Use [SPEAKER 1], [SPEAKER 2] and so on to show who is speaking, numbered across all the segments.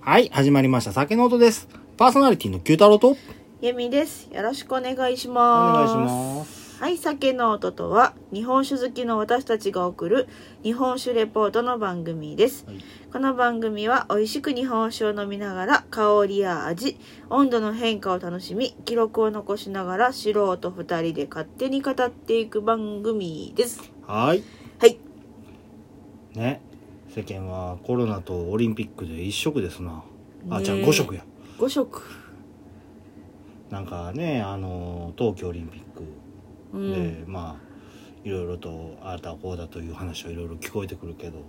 [SPEAKER 1] はい、始まりました。酒の音です。パーソナリティの九太郎と、お
[SPEAKER 2] ゆみです。よろしくお願いします。
[SPEAKER 1] す。
[SPEAKER 2] はい、酒の音とは、日本酒好きの私たちが送る日本酒レポートの番組です。
[SPEAKER 1] はい
[SPEAKER 2] この番組は、美味しく日本酒を飲みながら、香りや味、温度の変化を楽しみ、記録を残しながら、素人二人で勝手に語っていく番組です。
[SPEAKER 1] はい。
[SPEAKER 2] はい。
[SPEAKER 1] ね。世間はコロナとオリンピックで一色ですな。あ、
[SPEAKER 2] ね
[SPEAKER 1] じゃあ五色や。
[SPEAKER 2] 5色。
[SPEAKER 1] なんかね、あの、東京オリンピック
[SPEAKER 2] う
[SPEAKER 1] で、
[SPEAKER 2] ん。
[SPEAKER 1] まあ、いろいろと、ああだこうだという話はいろいろ聞こえてくるけど、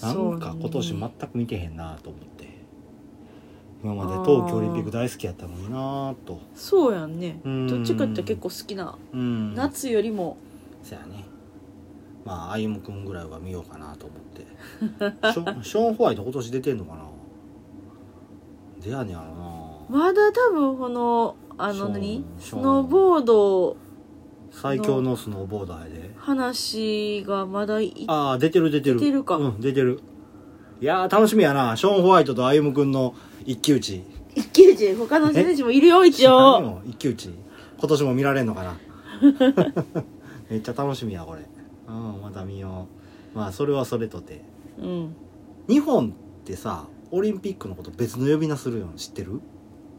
[SPEAKER 1] な
[SPEAKER 2] そうん
[SPEAKER 1] か今年全く見てへんなと思って。今まで東京オリンピック大好きやったのになと。
[SPEAKER 2] そうやんね。
[SPEAKER 1] うん
[SPEAKER 2] どっちかって結構好きな、
[SPEAKER 1] うん。
[SPEAKER 2] 夏よりも、
[SPEAKER 1] そやねまあ歩夢君ぐらいは見ようかなと思って ショーンショーン・ホワイト今年出てんのかな出やねやろな、
[SPEAKER 2] まだ多分この、あ
[SPEAKER 1] そ
[SPEAKER 2] の
[SPEAKER 1] う
[SPEAKER 2] 何ス
[SPEAKER 1] そう
[SPEAKER 2] ノーボード
[SPEAKER 1] 最強のスノーボーダーやで
[SPEAKER 2] 話がまだい
[SPEAKER 1] ああ出てる出てる
[SPEAKER 2] 出てるか
[SPEAKER 1] うん出てるいやー楽しみやなショーン・ホワイトと歩夢君の一騎打ち
[SPEAKER 2] 一騎打ち他の選手もいるよ一
[SPEAKER 1] 何
[SPEAKER 2] 応
[SPEAKER 1] の一騎打ち今年も見られんのかな めっちゃ楽しみやこれうんまた見ようまあそれはそれとて
[SPEAKER 2] うん
[SPEAKER 1] 日本ってさオリンピックのこと別の呼び名するように知ってる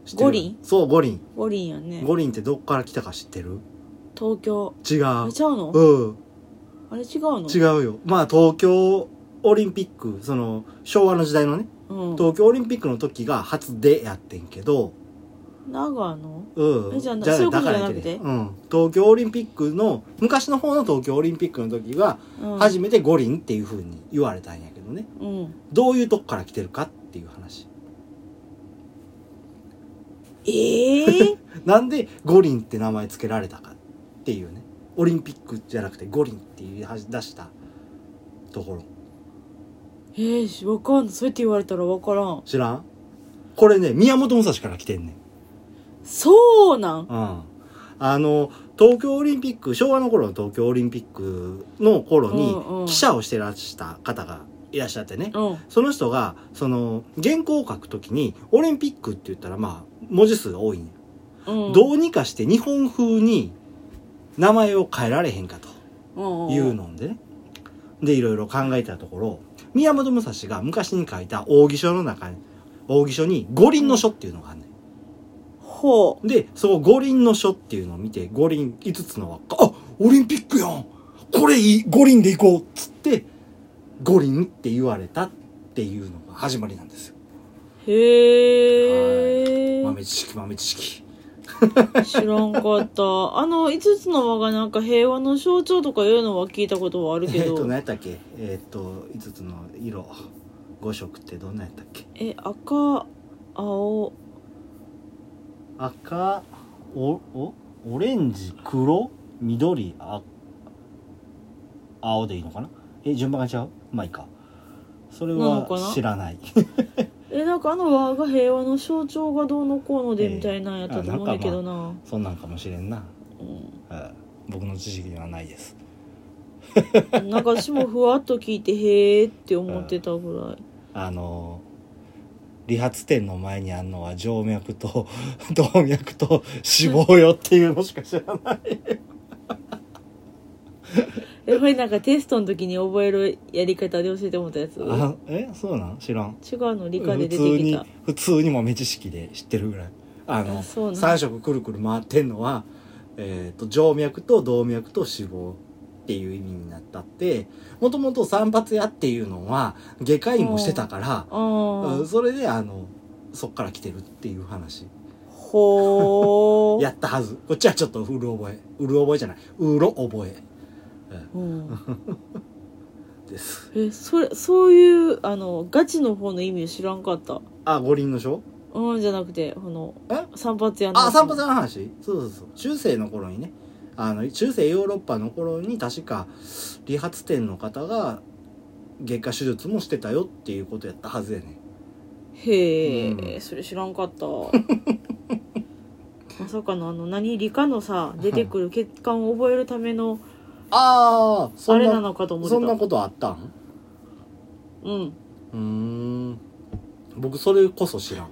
[SPEAKER 1] 知ってる
[SPEAKER 2] 五輪
[SPEAKER 1] そう五輪
[SPEAKER 2] 五輪やね
[SPEAKER 1] 五輪ってどっから来たか知ってる
[SPEAKER 2] 東京
[SPEAKER 1] 違
[SPEAKER 2] あ
[SPEAKER 1] う
[SPEAKER 2] れちゃうの
[SPEAKER 1] うん
[SPEAKER 2] あれ違うの
[SPEAKER 1] 違うよまあ東京オリンピックその昭和の時代のね
[SPEAKER 2] うん
[SPEAKER 1] 東京オリンピックの時が初でやってんけど
[SPEAKER 2] 長野
[SPEAKER 1] うん
[SPEAKER 2] えじゃあそういうことじ
[SPEAKER 1] だか
[SPEAKER 2] ゃなくて
[SPEAKER 1] らやねうん東京オリンピックの昔の方の東京オリンピックの時が
[SPEAKER 2] うん
[SPEAKER 1] 初めて五輪っていうふうに言われたんやけどね
[SPEAKER 2] うん
[SPEAKER 1] どういうとこから来てるかっていう話
[SPEAKER 2] え え
[SPEAKER 1] なんで五輪って名前つけられたかっていうねオリンピックじゃなくて五輪っていう出したところ
[SPEAKER 2] ええしわかんないそうやって言われたらわからん
[SPEAKER 1] 知らんこれね宮本武蔵から来てんねん
[SPEAKER 2] そうなん
[SPEAKER 1] うんあの東京オリンピック昭和の頃の東京オリンピックの頃
[SPEAKER 2] うんうん
[SPEAKER 1] に記者をしてらした方がいらっしゃってね
[SPEAKER 2] うん
[SPEAKER 1] その人がその原稿を書くときにオリンピックって言ったらまあ文字数が多いねん
[SPEAKER 2] うん
[SPEAKER 1] どうにかして日本風に名前を変えられへんかと
[SPEAKER 2] うん
[SPEAKER 1] いうのでねでいろいろ考えたところ宮本武蔵が昔に書いた扇書の中に扇書に五輪の書っていうのがあんねん
[SPEAKER 2] ほ
[SPEAKER 1] でその五輪の書っていうのを見て五輪5つの輪っかあオリンピックやんこれいい五輪で行こうっつって五輪って言われたっていうのが始まりなんですよ
[SPEAKER 2] うへえ
[SPEAKER 1] 豆知識豆知識
[SPEAKER 2] 知らんかったあの5つの輪がなんか平和の象徴とかいうのは聞いたことはある
[SPEAKER 1] え
[SPEAKER 2] け
[SPEAKER 1] っと
[SPEAKER 2] ど
[SPEAKER 1] 何やったっけえっと5つの色5色ってどんなんやったっけ
[SPEAKER 2] え赤青
[SPEAKER 1] 赤おおオレンジ黒緑あ青でいいのかなえ順番が違うまあいいかそれ
[SPEAKER 2] なの
[SPEAKER 1] は
[SPEAKER 2] かな
[SPEAKER 1] 知らない
[SPEAKER 2] えなんかあの輪が平和の象徴がどうのこうので
[SPEAKER 1] ええ
[SPEAKER 2] みたいなんやったと思うんだけどな,、
[SPEAKER 1] そんなんかもしれんな、
[SPEAKER 2] う
[SPEAKER 1] うん僕の知識ではないです
[SPEAKER 2] ん、なんか私もふわっと聞いてへえって思ってたぐらい
[SPEAKER 1] あの理髪店の前にあるのは静脈と 動脈と脂肪よっていうのしか知らない
[SPEAKER 2] えこれなんかテストの時に覚えるやり方で教えてもらったやつ違
[SPEAKER 1] あえそうなん知らん
[SPEAKER 2] うの理科で出
[SPEAKER 1] 普
[SPEAKER 2] て
[SPEAKER 1] 通
[SPEAKER 2] き
[SPEAKER 1] に
[SPEAKER 2] た
[SPEAKER 1] 普通に豆知識で知ってるぐらいあの
[SPEAKER 2] あそうなん
[SPEAKER 1] 3色くるくる回ってんのは、えー、と静脈と動脈と脂肪っていう意味になったってもともと散髪屋っていうのは外科医もしてたから、
[SPEAKER 2] あ
[SPEAKER 1] うん
[SPEAKER 2] あ
[SPEAKER 1] それであのそっから来てるっていう話
[SPEAKER 2] ほ
[SPEAKER 1] や
[SPEAKER 2] ー
[SPEAKER 1] ったはずこっちはちょっとうる覚えうる覚えじゃないうろ覚え
[SPEAKER 2] うん、
[SPEAKER 1] です
[SPEAKER 2] えそれそういうあのガチの方の意味を知らんかった
[SPEAKER 1] あ五輪の書
[SPEAKER 2] うんじゃなくてこの
[SPEAKER 1] え
[SPEAKER 2] 散髪屋の
[SPEAKER 1] あ、散髪の話そうそうそう。中世の頃にね、あの、中世ヨーロッパの頃に確か、理髪店の方が、外科手術もしてたよっていうことやったはずやね。
[SPEAKER 2] へえ、
[SPEAKER 1] うん
[SPEAKER 2] それ知らんかった まさかのあの何理科のさ出てくる血管を覚えるための
[SPEAKER 1] ああ、
[SPEAKER 2] あ
[SPEAKER 1] そん
[SPEAKER 2] れな
[SPEAKER 1] な、
[SPEAKER 2] のかと思って
[SPEAKER 1] そ
[SPEAKER 2] た
[SPEAKER 1] んなことあったん
[SPEAKER 2] うん
[SPEAKER 1] うーん。僕それこそ知らん、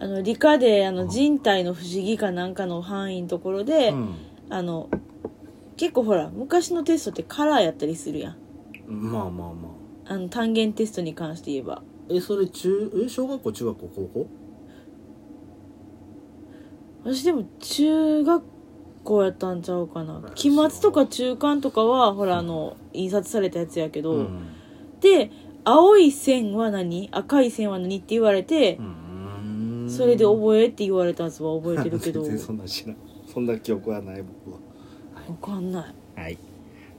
[SPEAKER 2] あの理科であ
[SPEAKER 1] う
[SPEAKER 2] の
[SPEAKER 1] ん
[SPEAKER 2] 人体の不思議かなんかの範囲のところで、
[SPEAKER 1] うん、
[SPEAKER 2] あの結構ほら昔のテストってカラーやったりするやん
[SPEAKER 1] まあまあまあ
[SPEAKER 2] あの単元テストに関して言えば
[SPEAKER 1] えそれ中え小学校中学校高校
[SPEAKER 2] 私でも中学校やったんちゃうかな
[SPEAKER 1] あ
[SPEAKER 2] 期末とか中間とかはほらあの印刷されたやつやけど、
[SPEAKER 1] うん
[SPEAKER 2] で青い線は何赤い線は何って言われて
[SPEAKER 1] う、ん
[SPEAKER 2] それで覚えって言われたやつは覚えてるけど
[SPEAKER 1] 全然そ
[SPEAKER 2] わ
[SPEAKER 1] んな知らんそんな記憶はない僕は
[SPEAKER 2] かんない
[SPEAKER 1] はい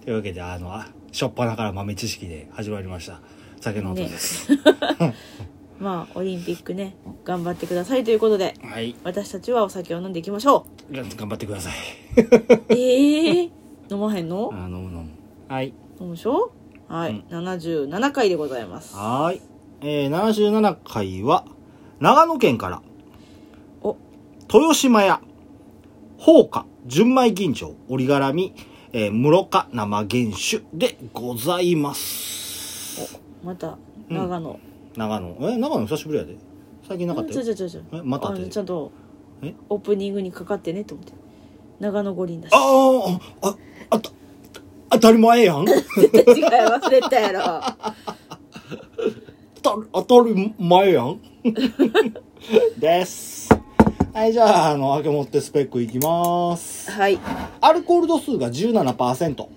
[SPEAKER 1] というわけであのあしょっぱなから豆知識で始まりました酒の音です、
[SPEAKER 2] まあオリンピックね頑張ってくださいということで
[SPEAKER 1] はい
[SPEAKER 2] 私たちはお酒を飲んでいきましょ
[SPEAKER 1] 頑張ってくださいう
[SPEAKER 2] ええー、飲まへんの
[SPEAKER 1] あ飲む飲むはい
[SPEAKER 2] 飲むでしょはい、
[SPEAKER 1] うん
[SPEAKER 2] 77回でございます
[SPEAKER 1] はーい。えー、77回は、長野県から、
[SPEAKER 2] お
[SPEAKER 1] 豊島屋、宝華、純米吟醸、折り絡み、えー、室賀生原酒でございます。
[SPEAKER 2] また長野、
[SPEAKER 1] 長野。え、長野久しぶりやで。最近なかった
[SPEAKER 2] ちょ
[SPEAKER 1] よ。
[SPEAKER 2] ちょちょちょ
[SPEAKER 1] え、また
[SPEAKER 2] あ
[SPEAKER 1] って
[SPEAKER 2] のち。ゃんと
[SPEAKER 1] え
[SPEAKER 2] オープニングにかかってねと思って長野五 輪だし
[SPEAKER 1] あーあ、あ、あた、当たり前やん。
[SPEAKER 2] 絶対次回忘れたやろ
[SPEAKER 1] 当たる当たり前やん。 です。はい、じゃあ、あの、明け持ってスペックいきます。
[SPEAKER 2] はい
[SPEAKER 1] アルコール度数が17%、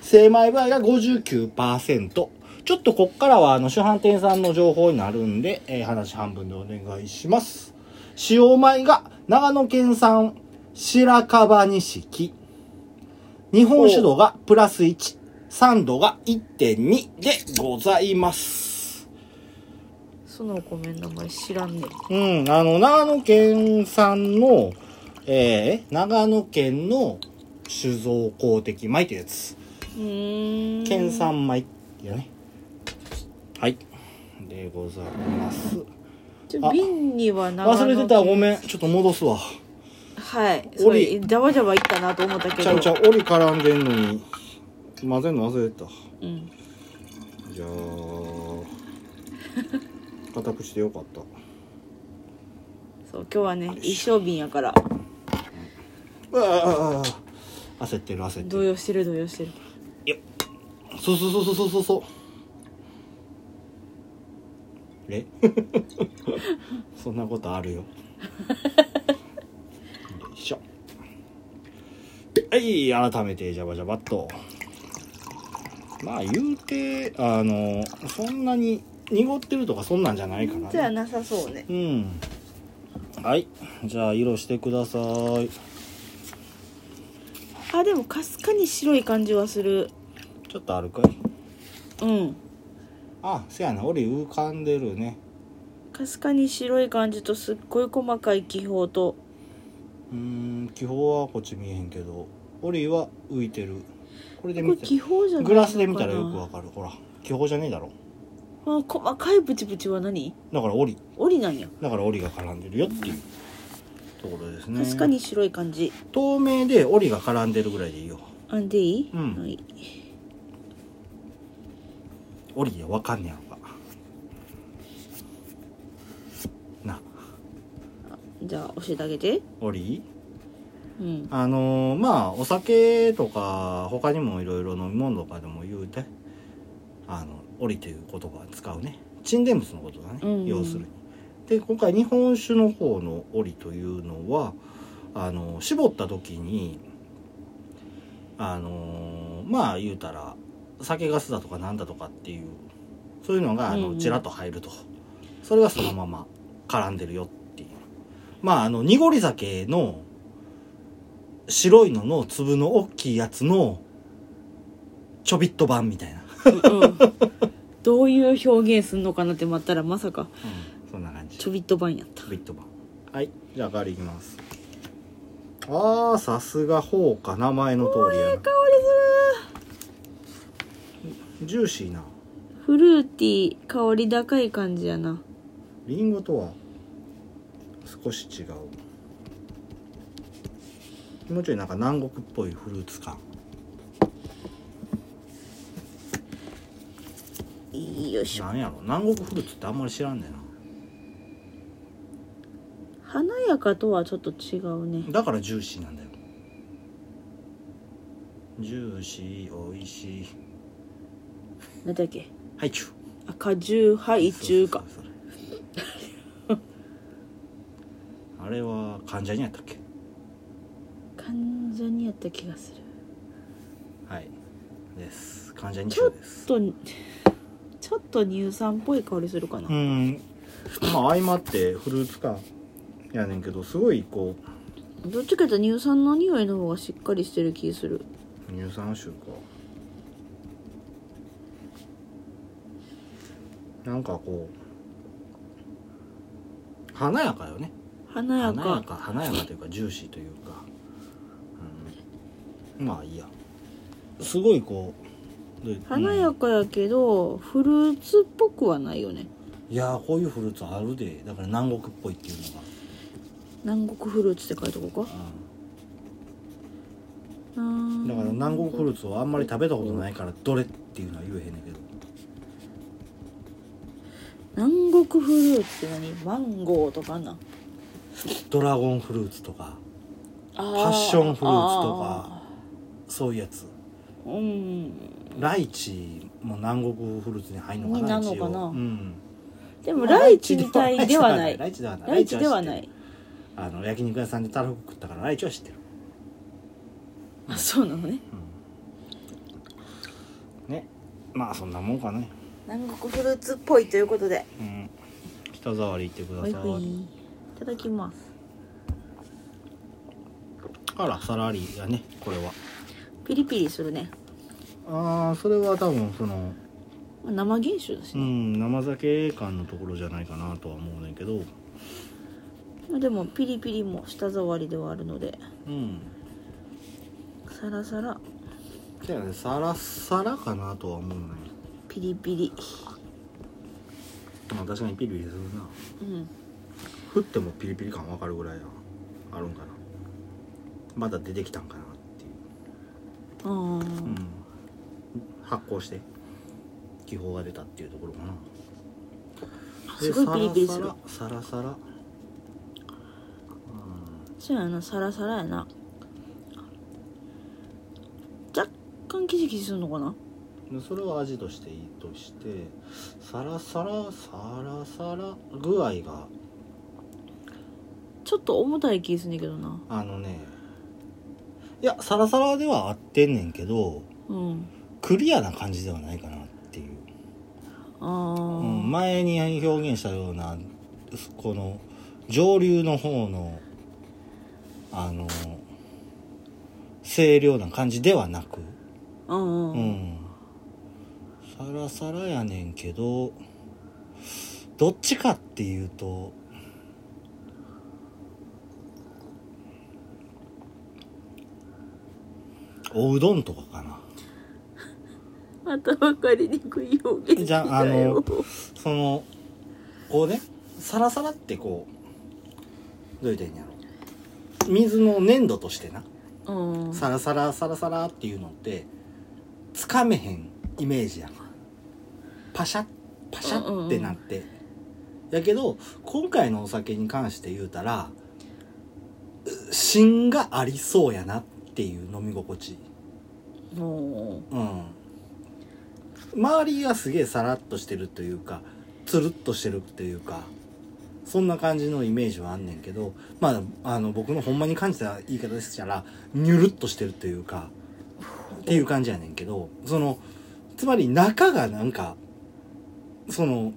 [SPEAKER 1] 精米部合が59%。ちょっとこっからはあの主販店さんの情報になるんで、えー話半分でお願いします。使用米が長野県産白樺錦。日本酒度がプラス1、酸度が1.2でございます。
[SPEAKER 2] そのお米の名前知らんねん
[SPEAKER 1] うん、あの、長野県産の、えー長野県の酒造公的米ってやつ。
[SPEAKER 2] うーん
[SPEAKER 1] 県産米やねはいでございます
[SPEAKER 2] ち
[SPEAKER 1] あ
[SPEAKER 2] ょ瓶には長野
[SPEAKER 1] 忘れてたご
[SPEAKER 2] ん
[SPEAKER 1] めんちょっと戻すわ
[SPEAKER 2] はい
[SPEAKER 1] 俺
[SPEAKER 2] それジャバジャバいったなと思ったけ
[SPEAKER 1] ち
[SPEAKER 2] ど
[SPEAKER 1] ゃうちゃう折り絡んでんのに混ぜんの忘れてた
[SPEAKER 2] うん
[SPEAKER 1] じゃ あ固くしてよかった
[SPEAKER 2] そう今日はね一生瓶やから
[SPEAKER 1] うわあ焦ってる焦って
[SPEAKER 2] 動
[SPEAKER 1] る
[SPEAKER 2] 揺してる動揺してる
[SPEAKER 1] そうそうそうそうそうそうえ そんなことあるよよいしょはい改めてジャバジャバっとまあ言うてあのそんなに濁ってるとかそんなんじゃないかな
[SPEAKER 2] じゃあなさそうね
[SPEAKER 1] うんはいじゃあ色してください
[SPEAKER 2] あでもかすかに白い感じはする
[SPEAKER 1] ちょっとあるかい
[SPEAKER 2] うん
[SPEAKER 1] あせやな俺浮かんでるね
[SPEAKER 2] かすかに白い感じとすっごい細かい気泡と
[SPEAKER 1] うーん気泡はこっち見えへんけどオリは浮いてるこれで
[SPEAKER 2] これ
[SPEAKER 1] 見て
[SPEAKER 2] 気泡じゃないのかな
[SPEAKER 1] グラスで見たらよくわかるほら気泡じゃねえだろ
[SPEAKER 2] あ細かいブチブチは何
[SPEAKER 1] だからオリ
[SPEAKER 2] 折りなんや
[SPEAKER 1] だからオリが絡んでるよっていうところですね
[SPEAKER 2] かすかに白い感じ
[SPEAKER 1] 透明でオリが絡んでるぐらいでいいよ
[SPEAKER 2] あんでいい、
[SPEAKER 1] うん
[SPEAKER 2] はい、
[SPEAKER 1] オリでわかんねやろかな
[SPEAKER 2] じゃあ教えてあげて
[SPEAKER 1] オリ
[SPEAKER 2] うん
[SPEAKER 1] あのーまあお酒とか他にもいろいろ飲み物とかでも言うてあの「折り」という言葉を使うね沈殿物のことだね、
[SPEAKER 2] うん
[SPEAKER 1] 要するに。で今回日本酒の方の「折り」というのはあの絞った時にあのーまあ言うたら酒粕だとかなんだとかっていうそういうのがあ
[SPEAKER 2] うんう
[SPEAKER 1] の
[SPEAKER 2] ん
[SPEAKER 1] ちらっと入ると、それがそのまま絡んでるよっていうまああの濁り酒の白いのの粒の大きいやつのちょびっと版みたいな、
[SPEAKER 2] うんどういう表現すんのかなって待ったらまさか
[SPEAKER 1] そんな感じ
[SPEAKER 2] ちょびっと版やった
[SPEAKER 1] ちょびっと版はいじゃあガーリーいきますあーさすがほうか名前の通りやな
[SPEAKER 2] 香
[SPEAKER 1] ジューシーな
[SPEAKER 2] りするフルーティー香り高い感じやな
[SPEAKER 1] リンゴとは少し違うもうちょいなんか南国っぽいフルーツ感
[SPEAKER 2] よいしょ
[SPEAKER 1] なんやろ南国フルーツってあんまり知らんねんな
[SPEAKER 2] 華やかとはちょっと違うね
[SPEAKER 1] だからジューシーなんだよジューシー美味しい
[SPEAKER 2] 何だっけ
[SPEAKER 1] ハイチュウ
[SPEAKER 2] 赤十杯中華
[SPEAKER 1] そうそうそうそうあれは患者にやったっけ
[SPEAKER 2] 患者にやった気がする
[SPEAKER 1] はいです患者に
[SPEAKER 2] ちょっ
[SPEAKER 1] です
[SPEAKER 2] とちょっと乳酸っぽい香りするかな、
[SPEAKER 1] うんまあ相まってフルーツ感やねんけどすごいこ
[SPEAKER 2] どっちかというと乳酸の匂いの方がしっかりしてる気する
[SPEAKER 1] う乳酸臭かなんかこう華やかよね
[SPEAKER 2] 華やか
[SPEAKER 1] 華やか華やかというかジューシーというか、うん、まあいいやすごいこうどういう
[SPEAKER 2] 華やかやけど、フルーツっぽくはないよね
[SPEAKER 1] いやーこういうフルーツあるでだから南国っぽいっていうの
[SPEAKER 2] 南国フルーツって書いとこうか
[SPEAKER 1] が、うん、だ
[SPEAKER 2] だ
[SPEAKER 1] から南国フルーツをあんまり食べたことないからどれっていうのは言えへんねんけど
[SPEAKER 2] 南国フルーツって何マンゴーとかあんなん
[SPEAKER 1] ドラゴンフルーツとか
[SPEAKER 2] パ
[SPEAKER 1] パッションフルーツとかそういうやつ
[SPEAKER 2] うん
[SPEAKER 1] ライチも南国フルーツに入るのかな
[SPEAKER 2] になるのかな
[SPEAKER 1] 一応うん
[SPEAKER 2] でもライチみたいではない
[SPEAKER 1] ライチではない
[SPEAKER 2] ライチではな
[SPEAKER 1] ライチ知ってる
[SPEAKER 2] い
[SPEAKER 1] あの焼肉屋さんでたらふく食ったからライチは知ってる
[SPEAKER 2] あそうなのね
[SPEAKER 1] ねまあそんなもんかね
[SPEAKER 2] 南国フルーツっぽいということで
[SPEAKER 1] うん舌触りいってくだ
[SPEAKER 2] ほい
[SPEAKER 1] さ
[SPEAKER 2] ほ
[SPEAKER 1] い
[SPEAKER 2] いいただきます
[SPEAKER 1] あらサラリーやねこれは
[SPEAKER 2] ピリピリするね
[SPEAKER 1] ああそれは多分その
[SPEAKER 2] まあ生原酒だし
[SPEAKER 1] う
[SPEAKER 2] ね、
[SPEAKER 1] ん生酒感のところじゃないかなとは思うねんけど
[SPEAKER 2] まあでもピリピリも舌触りではあるので
[SPEAKER 1] うん
[SPEAKER 2] サラサラ
[SPEAKER 1] じゃあねサラッサラかなとは思うね
[SPEAKER 2] ピリピリ
[SPEAKER 1] まあ確かにピリピリするな
[SPEAKER 2] うん
[SPEAKER 1] 振ってもピリピリ感わかるぐらいやあるんかなまだ出てきたんかなっていう
[SPEAKER 2] あー
[SPEAKER 1] うん発酵して気泡が出たっていうところかな
[SPEAKER 2] すごいピリピリする
[SPEAKER 1] でサラサラサラサラ
[SPEAKER 2] そうやなサラサラやな若干キシキシするのかな
[SPEAKER 1] うんそれは味としていいとしてサラサラサラサラ具合が
[SPEAKER 2] ちょっと重たい気すんねんけどな
[SPEAKER 1] あのねいやサラサラではあってんねんけど
[SPEAKER 2] うん
[SPEAKER 1] クリアな感じではないかなっていう、う
[SPEAKER 2] あー
[SPEAKER 1] ん、前に表現したようなこの上流の方のあの清涼な感じではなく
[SPEAKER 2] うんう
[SPEAKER 1] うんんサラサラやねんけどどっちかっていうとおうどんとかかな
[SPEAKER 2] また分かりにくい表現
[SPEAKER 1] じゃああ
[SPEAKER 2] だよ
[SPEAKER 1] のそのこうねサラサラってこうどう言うてんやろ水の粘土としてな
[SPEAKER 2] うん
[SPEAKER 1] サラサラサラサラっていうのってつかめへんイメージやんパシャッパシャッってなって、やけど今回のお酒に関して言うたらう芯がありそうやなっていう飲み心地
[SPEAKER 2] も
[SPEAKER 1] うん周りがすげえサラッとしてるというかつるっとしてるというかそんな感じのイメージはあんねんけどまああの僕のほんまに感じた言い方でしたらニュルっとしてるというかっていう感じやねんけどそのつまり中がなんかその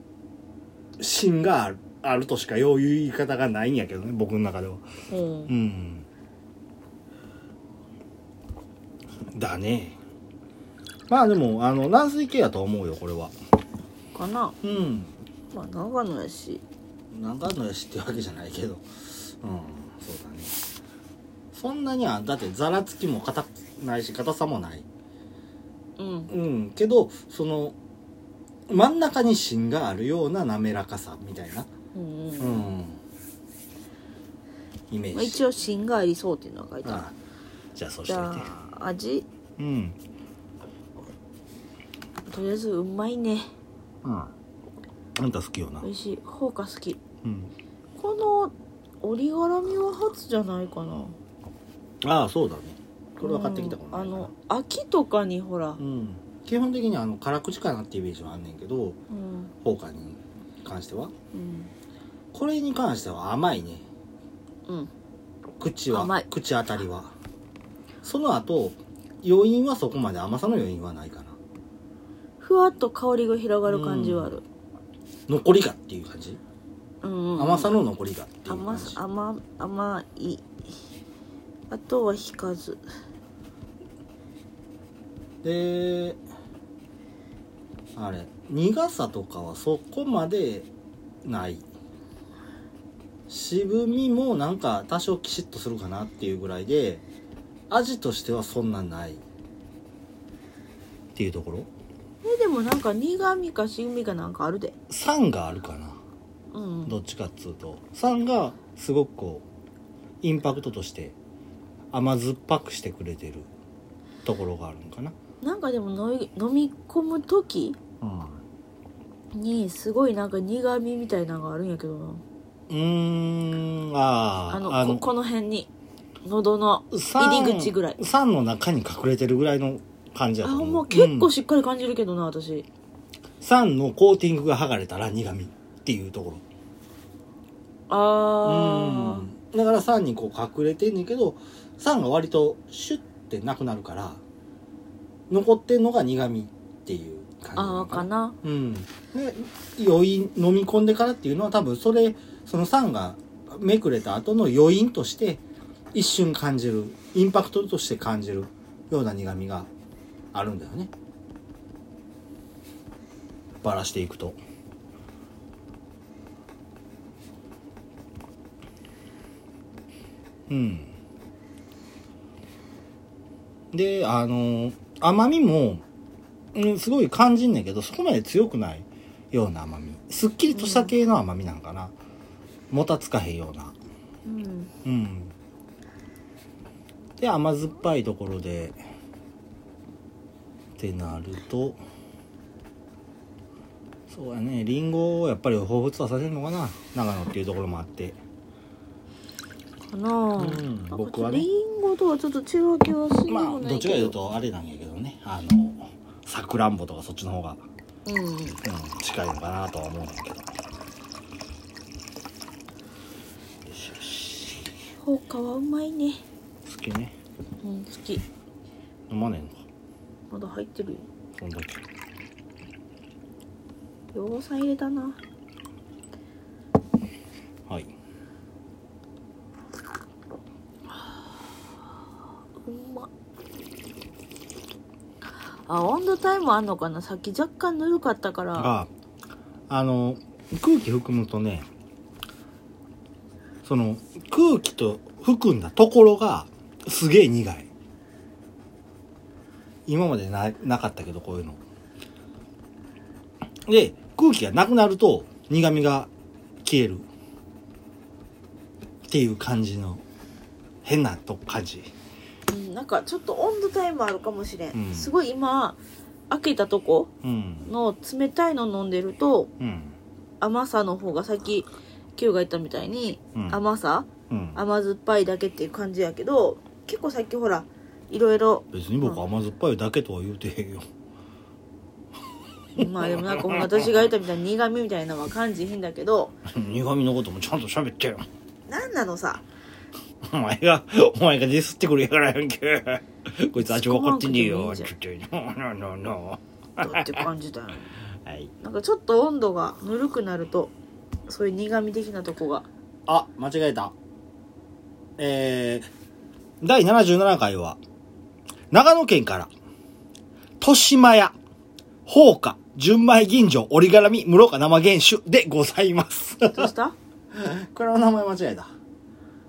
[SPEAKER 1] 芯があるあるとしかよういう言い方がないんやけどね僕の中では。
[SPEAKER 2] ううん
[SPEAKER 1] うんだねまあでもあの軟水系やと思うよこれは
[SPEAKER 2] かな
[SPEAKER 1] うん
[SPEAKER 2] まあ長野やし
[SPEAKER 1] 長野やしってわけじゃないけどうんそうだねそんなにはだってざらつきも硬くないし硬さもない
[SPEAKER 2] うん
[SPEAKER 1] うんけどその真ん中に芯があるような滑らかさみたいな
[SPEAKER 2] うんうん
[SPEAKER 1] うんイメージ、
[SPEAKER 2] まあ、一応芯がありそうっていうのは書いてある
[SPEAKER 1] ああじゃあそうし
[SPEAKER 2] じ
[SPEAKER 1] とい
[SPEAKER 2] ゃ
[SPEAKER 1] て
[SPEAKER 2] あ味
[SPEAKER 1] うん
[SPEAKER 2] とりあえずうまいね
[SPEAKER 1] うん。あんた好きよな
[SPEAKER 2] 美。味しいほうか好き
[SPEAKER 1] うん。
[SPEAKER 2] この折り絡みは初じゃないかな
[SPEAKER 1] ああそうだねこれは買ってきたこと
[SPEAKER 2] うん
[SPEAKER 1] ない
[SPEAKER 2] あ
[SPEAKER 1] から
[SPEAKER 2] の秋とかにほら、う
[SPEAKER 1] うんん基本的にはあの辛口かなってイメージはあんねんけど放火に関しては
[SPEAKER 2] うん
[SPEAKER 1] これに関しては甘いね
[SPEAKER 2] うん
[SPEAKER 1] 口は
[SPEAKER 2] 甘い
[SPEAKER 1] 口当たりはその後余韻はそこまで甘さの余韻はないかな
[SPEAKER 2] ふわっと香りが広がる感じはある、
[SPEAKER 1] 残りがっていう感じ
[SPEAKER 2] うんうんうん
[SPEAKER 1] 甘さの残りがっていう
[SPEAKER 2] 甘
[SPEAKER 1] 感
[SPEAKER 2] さ
[SPEAKER 1] じ
[SPEAKER 2] 甘甘いあとは引かず
[SPEAKER 1] であれ苦さとかはそこまでない渋みもなんか多少キシッとするかなっていうぐらいで味としてはそんなないっていうところ
[SPEAKER 2] えでもなんか苦味か渋みかなんかあるで
[SPEAKER 1] 酸があるかな
[SPEAKER 2] うん
[SPEAKER 1] どっちかっつうと酸がすごくこうインパクトとして甘酸っぱくしてくれてるところがあるのかな、
[SPEAKER 2] なんかでものい飲み込む時
[SPEAKER 1] うん
[SPEAKER 2] にすごいなんか苦味みたいなのがあるんやけどな
[SPEAKER 1] うーん、ああ、
[SPEAKER 2] あのここの辺に喉の
[SPEAKER 1] 酸
[SPEAKER 2] 入り口ぐらい
[SPEAKER 1] 酸の中に隠れてるぐらいの感じ
[SPEAKER 2] あ
[SPEAKER 1] だと
[SPEAKER 2] ほ
[SPEAKER 1] 思う。
[SPEAKER 2] んま結構
[SPEAKER 1] うん
[SPEAKER 2] しっかり感じるけどな私
[SPEAKER 1] 酸のコーティングが剥がれたら苦味っていうところ。
[SPEAKER 2] あー
[SPEAKER 1] うんだから酸にこう隠れてんねんけど、酸が割とシュッてなくなるから、残ってんのが苦味っていう感じな
[SPEAKER 2] あ
[SPEAKER 1] の
[SPEAKER 2] ーか。な
[SPEAKER 1] うん。で、余韻、飲み込んでからっていうのは多分それ、その酸がめくれた後の余韻として、一瞬感じる、インパクトとして感じるような苦味があるんだよね。バラしていくと。うん。で、あの、甘みも、うん、すごい感じんねんけど、そこまで強くないような甘み。すっきりとした系の甘みなんかな。もたつかへんような。
[SPEAKER 2] うん
[SPEAKER 1] うん。で、甘酸っぱいところで、ってなると、そうやね、リンゴをやっぱり彷彿とさせるのかな。長野っていうところもあって。
[SPEAKER 2] かなあ
[SPEAKER 1] うん
[SPEAKER 2] なん
[SPEAKER 1] 僕
[SPEAKER 2] か
[SPEAKER 1] はね
[SPEAKER 2] リンゴとはちょっと違う気はするで
[SPEAKER 1] ま
[SPEAKER 2] も
[SPEAKER 1] あ、
[SPEAKER 2] な
[SPEAKER 1] どっ
[SPEAKER 2] い
[SPEAKER 1] ちか
[SPEAKER 2] け
[SPEAKER 1] という
[SPEAKER 2] ど
[SPEAKER 1] と、あれなんやけどね。あの、さくらんぼとかそっちの方が、
[SPEAKER 2] うん
[SPEAKER 1] うん、近いのかなとは思うんだけど。よしよし。
[SPEAKER 2] ほかはうまいね
[SPEAKER 1] 好きね。
[SPEAKER 2] うん好き
[SPEAKER 1] 飲まねえのか。
[SPEAKER 2] まだ入ってるよ
[SPEAKER 1] こんだけ。
[SPEAKER 2] 洋さん入れたな
[SPEAKER 1] はい。
[SPEAKER 2] うまあ温度タイムあんのかなさっき若干ぬるかったから
[SPEAKER 1] があの空気含むとねその空気と含んだところがすげえ苦い今までななかったけどこういうので空気がなくなると苦味が消えるっていう感じの変なと感じ
[SPEAKER 2] うんなんかちょっと温度タイムあるかもしれん、
[SPEAKER 1] うん
[SPEAKER 2] すごい今開けたとこ
[SPEAKER 1] うん
[SPEAKER 2] の冷たいの飲んでると
[SPEAKER 1] うん
[SPEAKER 2] 甘さの方がさっき Q が言ったみたいに
[SPEAKER 1] うん
[SPEAKER 2] 甘さ
[SPEAKER 1] うん
[SPEAKER 2] 甘酸っぱいだけっていう感じやけど結構さっきほらいろいろ
[SPEAKER 1] 別に僕甘酸っぱいだけとは言うてへんよ
[SPEAKER 2] まあでもなんかほら私が言ったみたいに苦味みたいなのは感じひんだけど
[SPEAKER 1] 苦味のこともちゃんと喋ってよ。
[SPEAKER 2] なんなのさ
[SPEAKER 1] お前が、お前がディスってくれやからやんけ。こいつ味分かってねえよ。ちょっと、ノーノーノ
[SPEAKER 2] だって感じ だよ
[SPEAKER 1] ーはい。
[SPEAKER 2] なんかちょっと温度がぬるくなるとそういう苦味的なとこが
[SPEAKER 1] あ、間違えた。えー、第77回は、長野県から、豊島屋、宝華、純米吟醸、折り絡み、室岡生原酒でございます。
[SPEAKER 2] ど うしたあ
[SPEAKER 1] これは名前間違えた。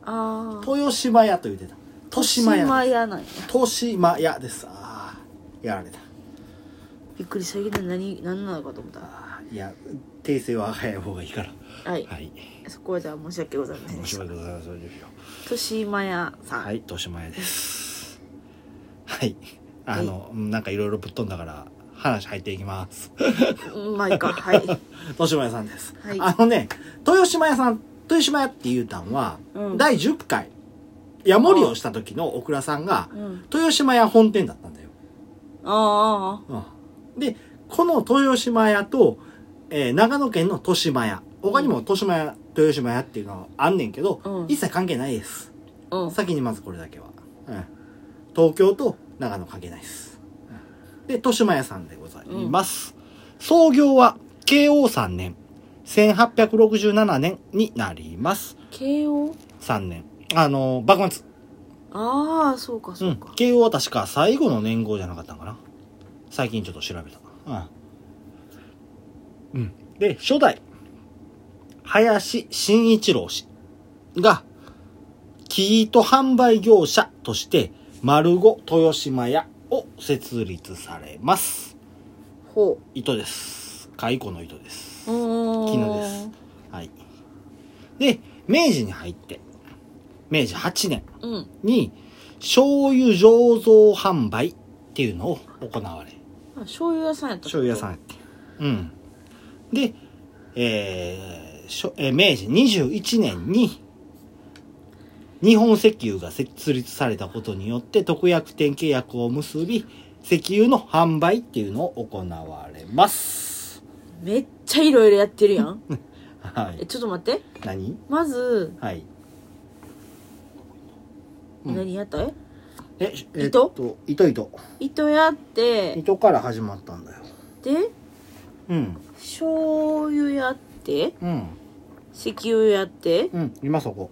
[SPEAKER 2] あー
[SPEAKER 1] 豊島屋と言ってた。豊島
[SPEAKER 2] 豊島
[SPEAKER 1] 屋。
[SPEAKER 2] 屋なんや
[SPEAKER 1] 豊島屋です。ああ、やられた。
[SPEAKER 2] びっくりしたけど何何なのかと思った
[SPEAKER 1] あーいや、訂正は早い方がいいから。
[SPEAKER 2] はい
[SPEAKER 1] はい。
[SPEAKER 2] そこはじゃあ申し訳ございません
[SPEAKER 1] 面
[SPEAKER 2] でし
[SPEAKER 1] 白
[SPEAKER 2] た
[SPEAKER 1] いことだそうですよ。
[SPEAKER 2] 豊島屋さん、
[SPEAKER 1] はい、豊島屋です。はい。あの、なんかいろいろぶっ飛んだから、話入っていきます。
[SPEAKER 2] うんまあいいかはい
[SPEAKER 1] 豊島屋さんです。
[SPEAKER 2] はい
[SPEAKER 1] あのね、豊島屋さんっ豊島屋って言うたんは、
[SPEAKER 2] うん
[SPEAKER 1] 第10回、ヤモリをした時の小倉さんが、
[SPEAKER 2] うん
[SPEAKER 1] 豊島屋本店だったんだよ。
[SPEAKER 2] あ
[SPEAKER 1] うんで、この豊島屋と、えー長野県の豊島屋、他にも豊島屋、豊島屋っていうのはあんねんけど、
[SPEAKER 2] うん
[SPEAKER 1] 一切関係ないです。
[SPEAKER 2] あああうん
[SPEAKER 1] 先にまずこれだけは。うん東京と長野関係ないです。うんで、豊島屋さんでございます。創業は慶応3年、1867年になります。
[SPEAKER 2] 慶応
[SPEAKER 1] 3年。あの、幕末。
[SPEAKER 2] ああそうかそううんか、。
[SPEAKER 1] 慶応は確か最後の年号じゃなかったんかな。最近ちょっと調べた。うん。うん。で、初代、林慎一郎氏が、生糸販売業者として、丸ご豊島屋を設立されます。
[SPEAKER 2] ほ
[SPEAKER 1] 糸です。蚕の糸です
[SPEAKER 2] う。うん
[SPEAKER 1] 絹です。はい。で、明治に入って、明治8年。
[SPEAKER 2] うん
[SPEAKER 1] に醤油醸造販売っていうのを行われ
[SPEAKER 2] あ醤油屋さんやった
[SPEAKER 1] 醤油屋さん
[SPEAKER 2] ん
[SPEAKER 1] やってうんで、えーしょえー明治21年に日本石油が設立されたことによって特約店契約を結び石油の販売っていうのを行われます
[SPEAKER 2] めっちゃいろいろやってるやん
[SPEAKER 1] は
[SPEAKER 2] え
[SPEAKER 1] い
[SPEAKER 2] ちょっと待って
[SPEAKER 1] 何
[SPEAKER 2] まず、
[SPEAKER 1] はいうん
[SPEAKER 2] 何やったえ
[SPEAKER 1] ええっ
[SPEAKER 2] 糸
[SPEAKER 1] と糸糸
[SPEAKER 2] 糸やって
[SPEAKER 1] 糸から始まったんだよ
[SPEAKER 2] で
[SPEAKER 1] うん
[SPEAKER 2] 醤油やって
[SPEAKER 1] うん
[SPEAKER 2] 石油やって
[SPEAKER 1] うん今そこ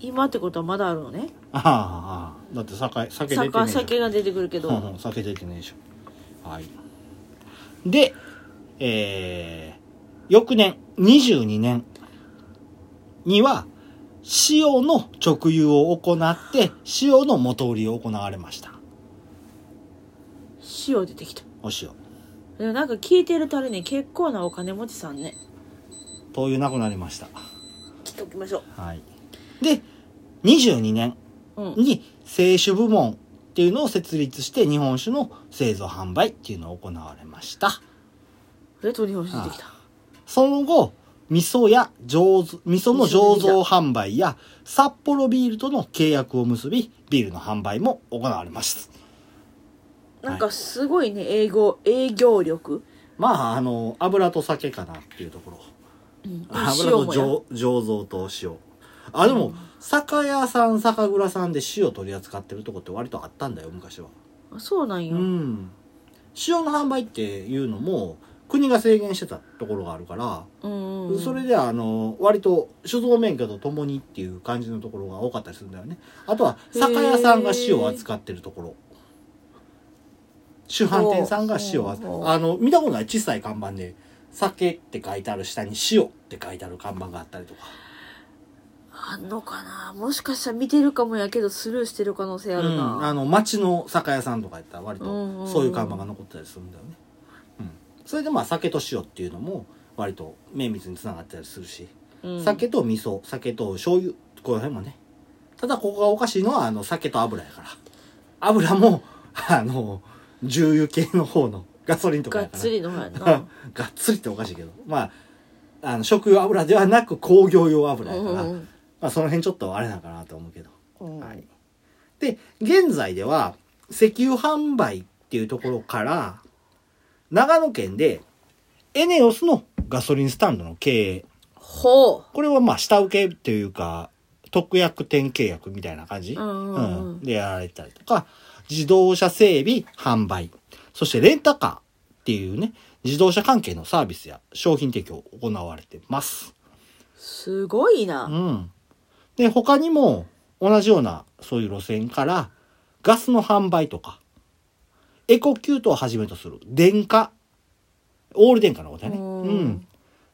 [SPEAKER 2] 今ってことはまだあるのね
[SPEAKER 1] ああああだって酒酒出てねえ
[SPEAKER 2] 酒
[SPEAKER 1] じゃん
[SPEAKER 2] 酒が出てくるけど、
[SPEAKER 1] うんうん酒出てねえでしょはいでえー、翌年22年には塩の直輸を行って塩の元売りを行われました
[SPEAKER 2] 塩出てきた
[SPEAKER 1] お塩
[SPEAKER 2] でもなんか聞いてるたるに結構なお金持ちさんね
[SPEAKER 1] 灯油なくなりました
[SPEAKER 2] 切っておきましょ
[SPEAKER 1] はいで22年
[SPEAKER 2] ううん
[SPEAKER 1] に清酒部門っていうのを設立して日本酒の製造販売っていうのを行われました
[SPEAKER 2] えっと日本酒出てきた
[SPEAKER 1] その後、味噌や醸造、味噌の醸造販売や、札幌ビールとの契約を結び、ビールの販売も行われました。
[SPEAKER 2] なんかすごいね英語営業力、
[SPEAKER 1] まあ、あの、油と酒かなっていうところ。
[SPEAKER 2] うん、
[SPEAKER 1] 油
[SPEAKER 2] 塩
[SPEAKER 1] と
[SPEAKER 2] もや
[SPEAKER 1] 醸醸造と塩。あ、でも、酒屋さん、酒蔵さんで塩取り扱ってるとこって割とあったんだよ、昔は。
[SPEAKER 2] あそうなん
[SPEAKER 1] う
[SPEAKER 2] よ、
[SPEAKER 1] ん。塩の販売っていうのも、国が制限してたところがあるから、
[SPEAKER 2] うんうん、
[SPEAKER 1] それではあの割と酒造免許とともにっていう感じのところが多かったりするんだよねあとは酒屋さんが塩を扱ってるところ酒販店さんが塩を扱
[SPEAKER 2] ほう
[SPEAKER 1] うあの見たことない小さい看板で「酒」って書いてある下に「塩」って書いてある看板があったりとか
[SPEAKER 2] あんのかなもしかしたら見てるかもやけどスルーしてる可能性あ
[SPEAKER 1] う
[SPEAKER 2] るな、
[SPEAKER 1] ん、あの町の酒屋さんとかやったら割
[SPEAKER 2] うんうんう
[SPEAKER 1] と
[SPEAKER 2] ん
[SPEAKER 1] そういう看板が残ったりするんだよね、うん、それでまあ酒と塩っていうのも割と綿密につながったりするし
[SPEAKER 2] うん
[SPEAKER 1] 酒と味噌酒と醤油この辺もねただここがおかしいのはあの酒と油やから油もあの重油系の方のガソリンとか
[SPEAKER 2] が
[SPEAKER 1] や
[SPEAKER 2] っ
[SPEAKER 1] から
[SPEAKER 2] つりの方 や
[SPEAKER 1] が
[SPEAKER 2] な
[SPEAKER 1] っつりっておかしいけどまああの食用油ではなく工業用油やから、
[SPEAKER 2] うん
[SPEAKER 1] まあ、その辺ちょっとあれなんかなと思うけど、
[SPEAKER 2] うん
[SPEAKER 1] はいで現在では石油販売っていうところから長野県でエネオスのガソリンスタンドの経営
[SPEAKER 2] ほ
[SPEAKER 1] これはまあ下請けというか特約店契約みたいな感じ、
[SPEAKER 2] ううんうんうん
[SPEAKER 1] でやられたりとか自動車整備販売そしてレンタカーっていうね自動車関係のサービスや商品提供を行われてます。、
[SPEAKER 2] すごいうなん
[SPEAKER 1] で他にも同じようなそういう路線からガスの販売とかエコキュートをはじめとする電化オール電化のことだね。
[SPEAKER 2] うん
[SPEAKER 1] うん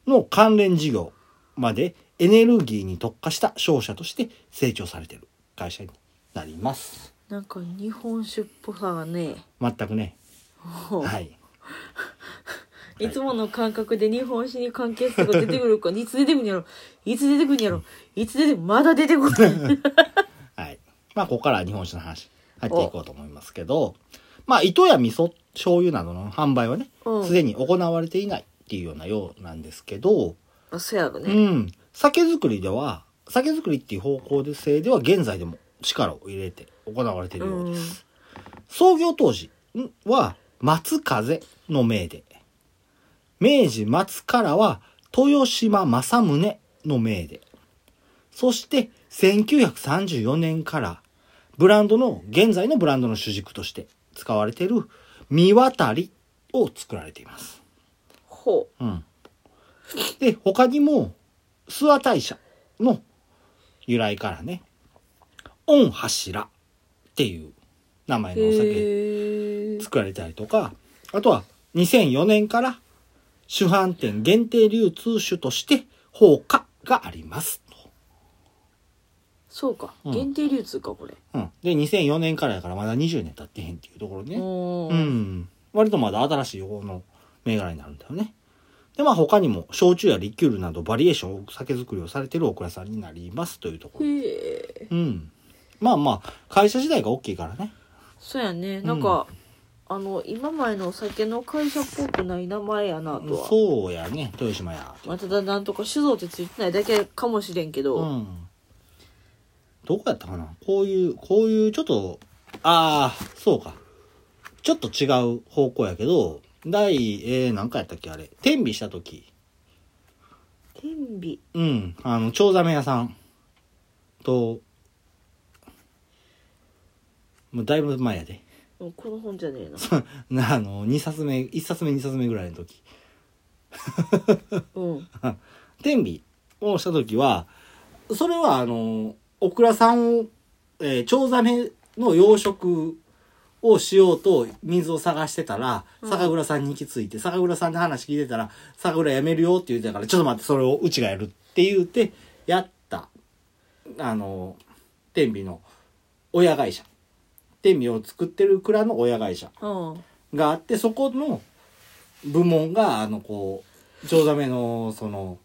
[SPEAKER 1] の関連事業までエネルギーに特化した商社として成長されている会社になります。
[SPEAKER 2] なんか日本酒っぽさがね
[SPEAKER 1] 全くね。
[SPEAKER 2] ほう
[SPEAKER 1] はい。
[SPEAKER 2] いつもの感覚で日本酒に関係すること出てくるかいつ出てくるんやろいつ出てくるんやろいつ出てまだ出てこない
[SPEAKER 1] はい。まあ、ここからは日本酒の話入っていこうと思いますけど、まあ、糸や味噌、醤油などの販売はね
[SPEAKER 2] う、ん
[SPEAKER 1] すでに行われていないっていうようなようなんですけど、
[SPEAKER 2] まあ、そうや
[SPEAKER 1] う
[SPEAKER 2] ろね。
[SPEAKER 1] ん。酒造りでは、酒造りっていう方向性では現在でも力を入れて行われているようです。創業当時は松風の命で、明治末からは豊島正宗の命で、そして1934年からブランドの、現在のブランドの主軸として使われている見渡りを作られています。
[SPEAKER 2] ほ
[SPEAKER 1] うん。で、他にも、諏訪大社の由来からね、御柱っていう名前
[SPEAKER 2] う。
[SPEAKER 1] のお酒
[SPEAKER 2] へえ。
[SPEAKER 1] 作られたりとか、あとは2004年から主販店限定流通酒として放火がありますと。
[SPEAKER 2] そうか。
[SPEAKER 1] うん
[SPEAKER 2] 限定流通か、これ。
[SPEAKER 1] うん。で、2004年からやからまだ20年経ってへんっていうところね。
[SPEAKER 2] お
[SPEAKER 1] う
[SPEAKER 2] ー
[SPEAKER 1] ん。割とまだ新しい方の銘柄になるんだよね。で、まあ他にも、焼酎やリキュールなどバリエーションを酒造りをされてるお蔵さんになりますというところ。
[SPEAKER 2] へえ。
[SPEAKER 1] うん。まあまあ、会社自体が大きいからね。
[SPEAKER 2] そうやね。なんか、あの、今前のお酒の会社っぽくない名前やなとは。
[SPEAKER 1] そうやね、豊島や。
[SPEAKER 2] まあ、ただなんとか酒造ってついてないだけかもしれんけど、
[SPEAKER 1] うん。どこやったかなこういう、こういうちょっと、ああ、そうか。ちょっと違う方向やけど、第、えー、何回やったっけあれ。天秤した時。
[SPEAKER 2] 天秤
[SPEAKER 1] うん、あの、チョウザメ屋さんと、もうだいぶ前やで。
[SPEAKER 2] うんこの本じゃねえな
[SPEAKER 1] なあの、2冊目、1冊目2冊目ぐらいの時。
[SPEAKER 2] うん
[SPEAKER 1] 天秤をした時は、それはあの、オクラさんを、えーチョウザメの養殖をしようと水を探してたら、
[SPEAKER 2] うん
[SPEAKER 1] 酒蔵さんに行き着いて、酒蔵さんで話聞いてたら、酒蔵やめるよって言ってたから、ちょっと待って、それをうちがやるって言って、やった、あの、天秤の親会社。天秤を作ってる蔵の親会社。
[SPEAKER 2] うん
[SPEAKER 1] があってそこの部門があのこうチョウザメのその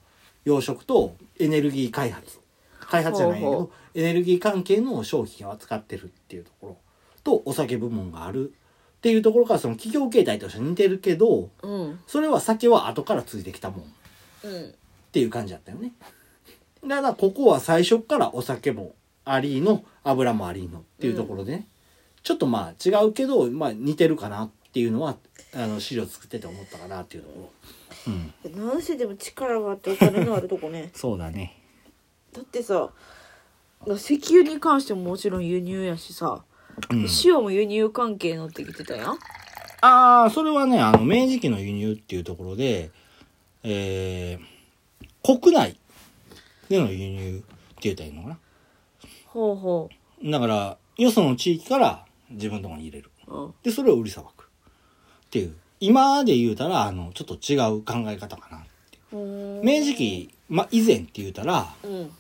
[SPEAKER 1] 養殖とエネルギー開発開発じゃないんだけ
[SPEAKER 2] ほう
[SPEAKER 1] どエネルギー関係の商品を扱ってるっていうところとお酒部門があるっていうところからその企業形態として似てるけど
[SPEAKER 2] うん
[SPEAKER 1] それは酒は後からついてきたもんっ
[SPEAKER 2] うん
[SPEAKER 1] ていう感じだったよねだからここは最初からお酒もありの油もありのっていうところでね、ちょっとまあ違うけど、まあ、似てるかなっていうのはあの資料作ってて思ったかなっていうところ、うん、
[SPEAKER 2] 何せでも力があってお金のあるとこね
[SPEAKER 1] そうだね
[SPEAKER 2] だってさ石油に関してももちろん輸入やしさ、
[SPEAKER 1] うん
[SPEAKER 2] 塩も輸入関係になってきてたやん
[SPEAKER 1] ああそれはねあの明治期の輸入っていうところでえー、国内での輸入って言ったらいいのかな
[SPEAKER 2] ほうほ
[SPEAKER 1] だからよその地域から自分のところに入れる
[SPEAKER 2] う、うん、
[SPEAKER 1] でそれを売りさばくっていう今で言うたらあのちょっと違う考え方かな
[SPEAKER 2] ほう
[SPEAKER 1] 明治期、まあ、以前って言うたら、
[SPEAKER 2] うん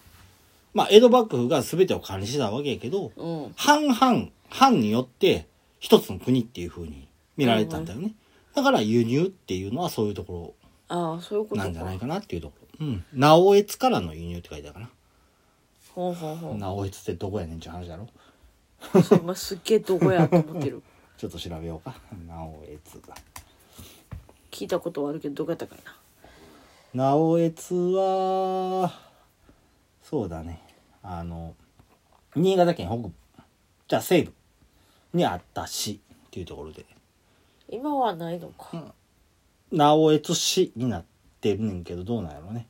[SPEAKER 1] まあ、江戸幕府が全てを管理してたわけやけど
[SPEAKER 2] うん
[SPEAKER 1] 半々藩によって一つの国っていう風に見られてたんだよね、だから輸入っていうのはそういうとこ
[SPEAKER 2] ああそういうこ
[SPEAKER 1] ろな
[SPEAKER 2] とか
[SPEAKER 1] んじゃないかなっていうところうん直江津からの輸入って書いてあるか
[SPEAKER 2] ほうほうほ
[SPEAKER 1] な直江津ってどこやねんっていう話だろ
[SPEAKER 2] うそう今すっげえどこやと思ってる
[SPEAKER 1] ちょっと調べようか直江津
[SPEAKER 2] 聞いたことはあるけどどこやったかいな
[SPEAKER 1] 直江津はそうだねあの新潟県北部じゃあ西部にあった市っていうところで
[SPEAKER 2] 今はないのか、
[SPEAKER 1] 直江津市になってるねんけどどうなんやろうね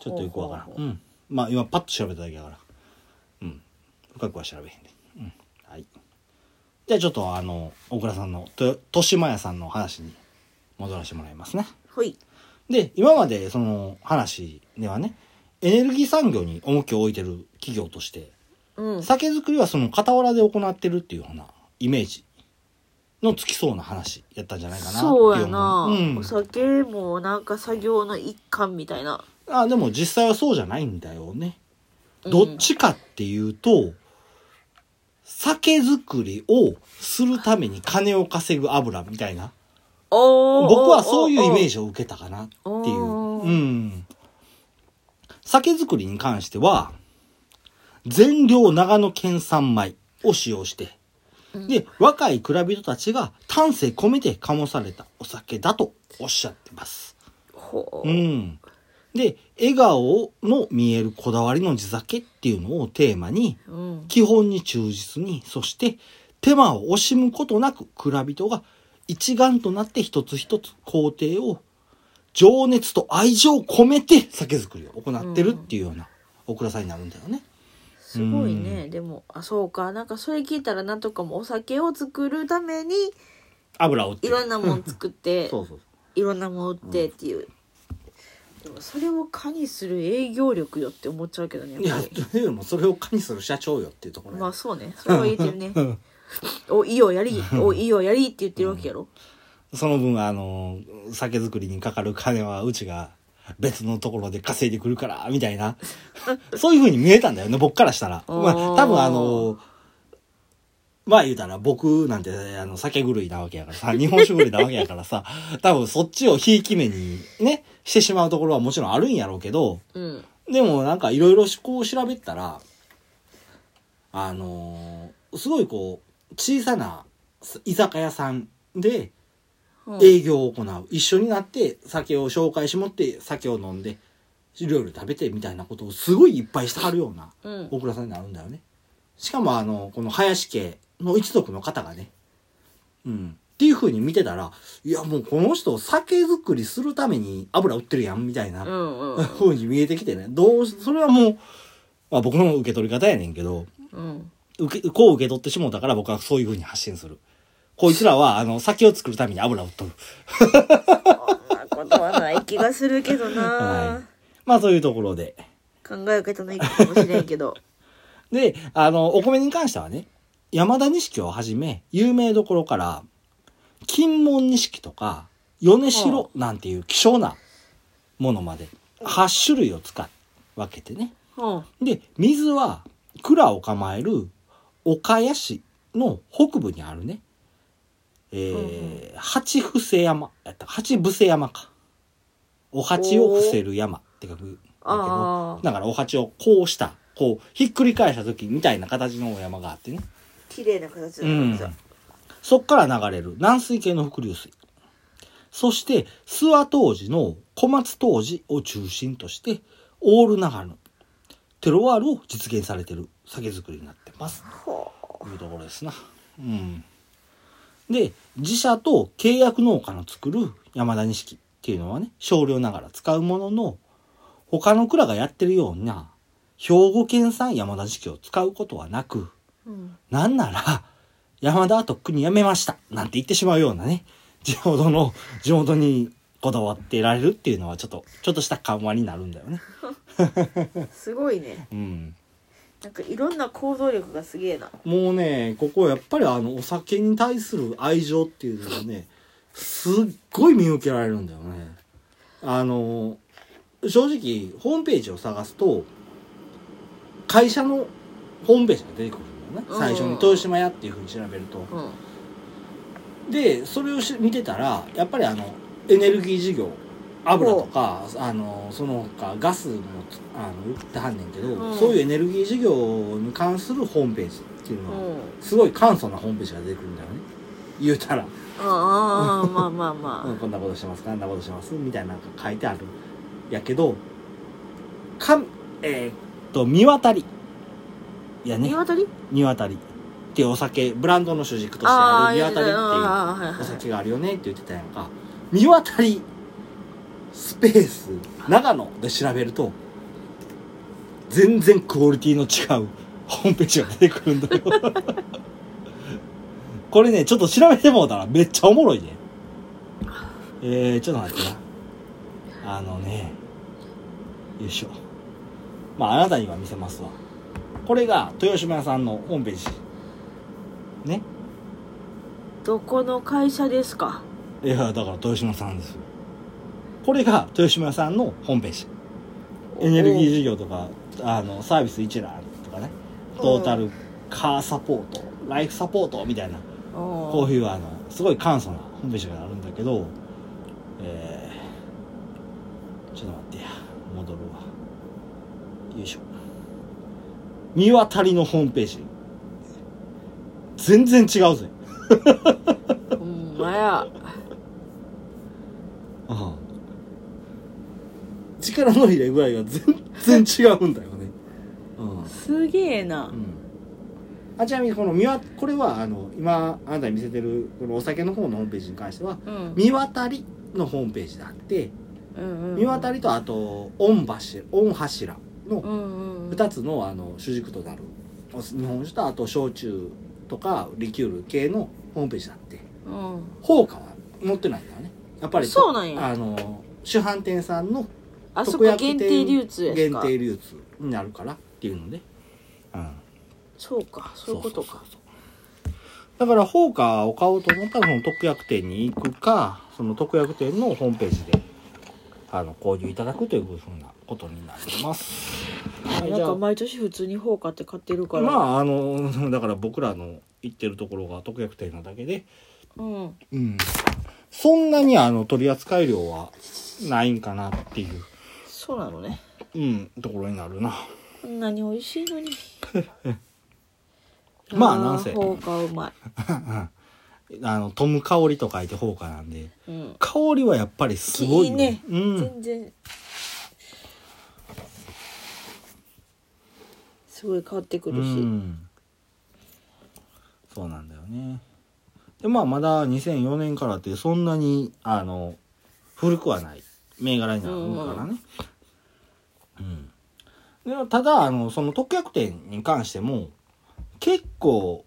[SPEAKER 1] ちょっとよくわからん
[SPEAKER 2] ほう
[SPEAKER 1] う
[SPEAKER 2] ほうん
[SPEAKER 1] まあ今パッと調べただけやからうん深くは調べへんで、うん、はいじゃあちょっとあの小倉さんのと豊島屋さんの話に戻らせてもらいますね
[SPEAKER 2] ほい
[SPEAKER 1] で今までその話ではねエネルギー産業に重きを置いてる企業として
[SPEAKER 2] うん
[SPEAKER 1] 酒造りはその傍らで行ってるっていうようなイメージのつきそうな話やったんじゃないかなっていう
[SPEAKER 2] そうやな、
[SPEAKER 1] うん
[SPEAKER 2] お酒もなんか作業の一環みたいな
[SPEAKER 1] あでも実際はそうじゃないんだよね。
[SPEAKER 2] うん
[SPEAKER 1] どっちかっていうと、酒造りをするために金を稼ぐ油みたいな。
[SPEAKER 2] お
[SPEAKER 1] 僕はそういうイメー
[SPEAKER 2] ジ
[SPEAKER 1] ジを受けたかなっていう。
[SPEAKER 2] おー
[SPEAKER 1] うん。酒造りに関しては、全量長野県産米を使用して、で、若い蔵人たちが丹精込めて醸されたお酒だとおっしゃってます。
[SPEAKER 2] ほ
[SPEAKER 1] うん。で、笑顔の見えるこだわりの地酒っていうのをテーマに、
[SPEAKER 2] うん。
[SPEAKER 1] 基本に忠実に、そして手間を惜しむことなく蔵人が一丸となって一つ一つ工程を情熱と愛情を込めて酒造りを行ってるっていうようなお蔵さんになるんだよね。
[SPEAKER 2] すごいね。でも、あ、そうか。なんかそれ聞いたらなんとかもお酒を作るために
[SPEAKER 1] 油を売って
[SPEAKER 2] い
[SPEAKER 1] る
[SPEAKER 2] ろんなもん作って、
[SPEAKER 1] そうそう。
[SPEAKER 2] いろんなもん売ってっていう。でもそれを加にする営業力よって思っちゃうけどね。
[SPEAKER 1] い
[SPEAKER 2] や
[SPEAKER 1] や
[SPEAKER 2] っぱり、
[SPEAKER 1] というのもそれを加にする社長よっていうところや
[SPEAKER 2] まあそうね。それは言えてるね。
[SPEAKER 1] うん
[SPEAKER 2] お、いいよ、やり。お、いいよ、やりって言ってるわけやろ。
[SPEAKER 1] その分、あの、酒造りにかかる金はうちが別のところで稼いでくるから、みたい な。そういう風に見えたんだよね、僕からしたら。
[SPEAKER 2] おー
[SPEAKER 1] まあ、多分あの、まあ言うたら僕なんて、あの、酒狂いなわけやから さ、日本酒狂いなわけやからさ、多分そっちをひいき目にね、してしまうところはもちろんあるんやろうけど、
[SPEAKER 2] うん。
[SPEAKER 1] でもなんかいろいろこう調べたら、あのすごいこう、小さな居酒屋さんで、
[SPEAKER 2] うん
[SPEAKER 1] 営業を行う一緒になって酒を紹介しもって酒を飲んで料理食べてみたいなことをすごいいっぱいしてはるような
[SPEAKER 2] うん。
[SPEAKER 1] 大倉さんになるんだよねしかもあのこの林家の一族の方がねうんっていう風に見てたらいやもうこの人酒造りするために油売ってるやんみたいな
[SPEAKER 2] うんうん
[SPEAKER 1] 風に見えてきてねどうしそれはもう、まあ、僕の受け取り方やねんけど
[SPEAKER 2] うん
[SPEAKER 1] 受けこう受け取ってしもうたから僕はそういう風に発信するこいつらはあの酒を作るために油売っとる
[SPEAKER 2] そんなことはない気がするけどな、
[SPEAKER 1] はいまあそういうところで。
[SPEAKER 2] 考え方ないかもしれんけど
[SPEAKER 1] で、あの、お米に関してはね、山田錦をはじめ、有名どころから、金門錦とか、米城なんていう希少なものまで、8種類を使い分けてね。
[SPEAKER 2] うん
[SPEAKER 1] で、水は、蔵を構える岡谷市の北部にあるね、えー、八伏山、やった八伏山か。お鉢を伏せる山って書くんだけど、
[SPEAKER 2] ああ
[SPEAKER 1] だからお鉢をこうした、こう、ひっくり返した時みたいな形のお山があってね。
[SPEAKER 2] 綺麗な形
[SPEAKER 1] う
[SPEAKER 2] だなんんかさ。
[SPEAKER 1] そっから流れる軟水系の伏流水。そして、諏訪当時の小松当時を中心として、オール長野、テロワールを実現されてる酒造りになってます。
[SPEAKER 2] ほ
[SPEAKER 1] というところですな。うん。で、自社と契約農家の作る山田錦っていうのはね、少量ながら使うものの、他の蔵がやってるような、兵庫県産山田錦を使うことはなく、
[SPEAKER 2] ううん
[SPEAKER 1] なんなら、山田はとっくにやめましたなんて言ってしまうようなね、地元の、地元にこだわってられるっていうのはちょっと、ちょっとした緩和になるんだよね。
[SPEAKER 2] すごいね
[SPEAKER 1] うん。
[SPEAKER 2] なんかいろんな行動力がすげえな
[SPEAKER 1] もうねここやっぱりあのお酒に対する愛情っていうのがねすっごい見受けられるんだよねあの正直ホームページを探すと会社のホームページが出てくるんだよね
[SPEAKER 2] うん
[SPEAKER 1] 最初に豊島屋っていうふうに調べると
[SPEAKER 2] うん
[SPEAKER 1] でそれをし見てたらやっぱりあのエネルギー事業油とかあのその他ガスもつあの売ってはんねんけど、
[SPEAKER 2] うん
[SPEAKER 1] そういうエネルギー事業に関するホームページっていうのは
[SPEAKER 2] うん
[SPEAKER 1] すごい簡素なホームページが出てくるんだよね言うたら、
[SPEAKER 2] ああまあまあ
[SPEAKER 1] う
[SPEAKER 2] ま
[SPEAKER 1] ん、こんなことしてますかあんなことしてますみたいなのが書いてあるやけどかえーっと見渡りいや
[SPEAKER 2] あ
[SPEAKER 1] ね
[SPEAKER 2] 鶏
[SPEAKER 1] 見渡りっていうお酒ブランドの主軸として
[SPEAKER 2] あ
[SPEAKER 1] あ
[SPEAKER 2] あ
[SPEAKER 1] る見
[SPEAKER 2] や
[SPEAKER 1] 渡りっていう
[SPEAKER 2] ああはいは
[SPEAKER 1] お
[SPEAKER 2] い
[SPEAKER 1] 酒があるよねって言ってたやんか見渡りスペース長野で調べると全然クオリティの違うホームページが出てくるんだよこれねちょっと調べてもうたらめっちゃおもろいねえー、ちょっと待ってなあのねよいしょまああなたには見せますわこれが豊島屋さんのホームページね
[SPEAKER 2] どこの会社ですか
[SPEAKER 1] いやだから豊島さんですよこれが豊島さんのホームページエネルギー事業とかあのサービス一覧とかねトータルカーサポートライフサポートみたいなこ
[SPEAKER 2] お
[SPEAKER 1] う
[SPEAKER 2] ー
[SPEAKER 1] いうあのすごい簡素なホームページがあるんだけどえー、ちょっと待ってや戻るわよいしょ見渡りのホームページ全然違うぜ
[SPEAKER 2] ほんまや
[SPEAKER 1] うん違力の入れ具合が全然違うんだよね。うん
[SPEAKER 2] すげえな
[SPEAKER 1] あちなみにこの見わこれはあの今あなたに見せてるこのお酒の方のホームページに関しては
[SPEAKER 2] うん
[SPEAKER 1] 見渡りのホームページであって
[SPEAKER 2] うんうん
[SPEAKER 1] 見渡りとあと御柱御柱
[SPEAKER 2] う
[SPEAKER 1] の
[SPEAKER 2] んうんうん
[SPEAKER 1] 2つのあの主軸となるお日本酒とあと焼酎とかリキュール系のホームページであって
[SPEAKER 2] うん
[SPEAKER 1] 宝華は持ってないんだよねやっぱり
[SPEAKER 2] そうなんや
[SPEAKER 1] あの主販店さんの
[SPEAKER 2] あそこ限定流通やし
[SPEAKER 1] 限
[SPEAKER 2] か
[SPEAKER 1] 定流通になるからっていうので、うん、
[SPEAKER 2] そうかそういうことか
[SPEAKER 1] そうそうそうだからフォーカーを買おうと思ったらその特約店に行くかその特約店のホームページであの購入いただくというふうなことになりますはい
[SPEAKER 2] なん
[SPEAKER 1] じゃ
[SPEAKER 2] か
[SPEAKER 1] あ
[SPEAKER 2] 毎年普通にフォーカって買ってるから
[SPEAKER 1] まああの だから僕らの行ってるところが特約店なだけで
[SPEAKER 2] うん
[SPEAKER 1] うんそんなにあの取り扱い量はないんかなっていう、
[SPEAKER 2] そうなのね
[SPEAKER 1] うん、ところになるな
[SPEAKER 2] こんなに美味しいのに
[SPEAKER 1] まあなんせ
[SPEAKER 2] あーフォーカうま
[SPEAKER 1] あのトム香りと書いてフォーカーなんで
[SPEAKER 2] い、うん、
[SPEAKER 1] 香りはやっぱりすごい
[SPEAKER 2] いいね
[SPEAKER 1] うん、
[SPEAKER 2] 全然すごい変わってくるし、
[SPEAKER 1] うん、そうなんだよねでまあまだ2004年からってそんなにあの古くはない銘柄になるからねうん、でただあのその特約店に関しても結構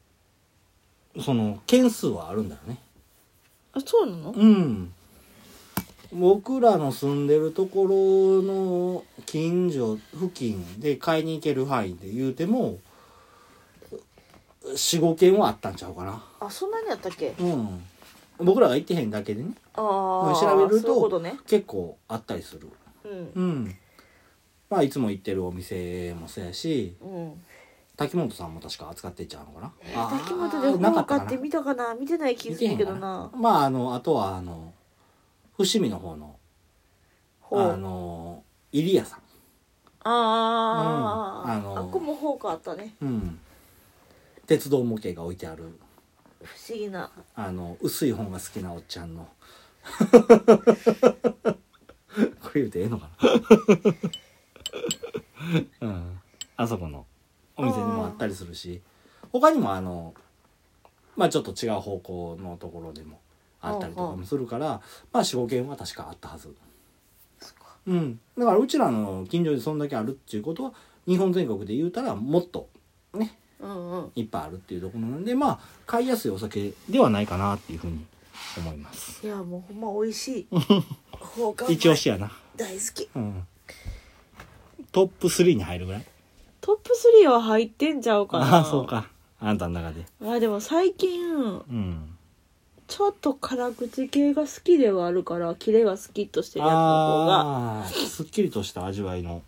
[SPEAKER 1] その件数はあるんだよね
[SPEAKER 2] あそうなの
[SPEAKER 1] うん僕らの住んでるところの近所付近で買いに行ける範囲で言うても45軒はあったんちゃうかな
[SPEAKER 2] あそんなにやったっけ
[SPEAKER 1] うん僕らが行ってへんだけでね
[SPEAKER 2] ああ
[SPEAKER 1] 調べると
[SPEAKER 2] そういうことね
[SPEAKER 1] 結構あったりする
[SPEAKER 2] うん
[SPEAKER 1] うんまあいつも行ってるお店もそうやし
[SPEAKER 2] うん、
[SPEAKER 1] 滝本さんも確か扱ってっちゃうのかな
[SPEAKER 2] 滝
[SPEAKER 1] あ
[SPEAKER 2] 本
[SPEAKER 1] ー
[SPEAKER 2] でフォ
[SPEAKER 1] なか
[SPEAKER 2] ーカ
[SPEAKER 1] たか
[SPEAKER 2] って
[SPEAKER 1] な
[SPEAKER 2] 見たかな見てない気
[SPEAKER 1] 見
[SPEAKER 2] づ
[SPEAKER 1] てへ
[SPEAKER 2] く
[SPEAKER 1] ん
[SPEAKER 2] け
[SPEAKER 1] か
[SPEAKER 2] ど
[SPEAKER 1] な
[SPEAKER 2] な
[SPEAKER 1] まああのあとはあの伏見の方の
[SPEAKER 2] ほう
[SPEAKER 1] あのイリアさん
[SPEAKER 2] あー、あーあー
[SPEAKER 1] うんあ
[SPEAKER 2] あ
[SPEAKER 1] のー
[SPEAKER 2] っこもフォーカあったね
[SPEAKER 1] うん、鉄道模型が置いてある
[SPEAKER 2] 不思議な
[SPEAKER 1] あの薄い本が好きなおっちゃんの これ言うてええのかな うんあそこのお店にもあったりするし他にもあのまあちょっと違う方向のところでもあったりとかもするからまあ45軒は確かあったはず
[SPEAKER 2] そっか
[SPEAKER 1] うんだからうちらの近所でそんだけあるっていうことは日本全国で言うたらもっと
[SPEAKER 2] うんうん
[SPEAKER 1] いっぱいあるっていうところなんでまあ買いやすいお酒ではないかなっていうふうに思います
[SPEAKER 2] いやもうほんま美味しいフォーカ
[SPEAKER 1] 一押しやな、
[SPEAKER 2] 大好き
[SPEAKER 1] うん、トップ3に入るぐらい
[SPEAKER 2] トップ3は入ってんちゃうかな
[SPEAKER 1] ああ そうかあんたの中で
[SPEAKER 2] まあでも最近
[SPEAKER 1] うん
[SPEAKER 2] ちょっと辛口系が好きではあるからキレがスキッとしてるやつの方が
[SPEAKER 1] ああーすっきりとした味わいの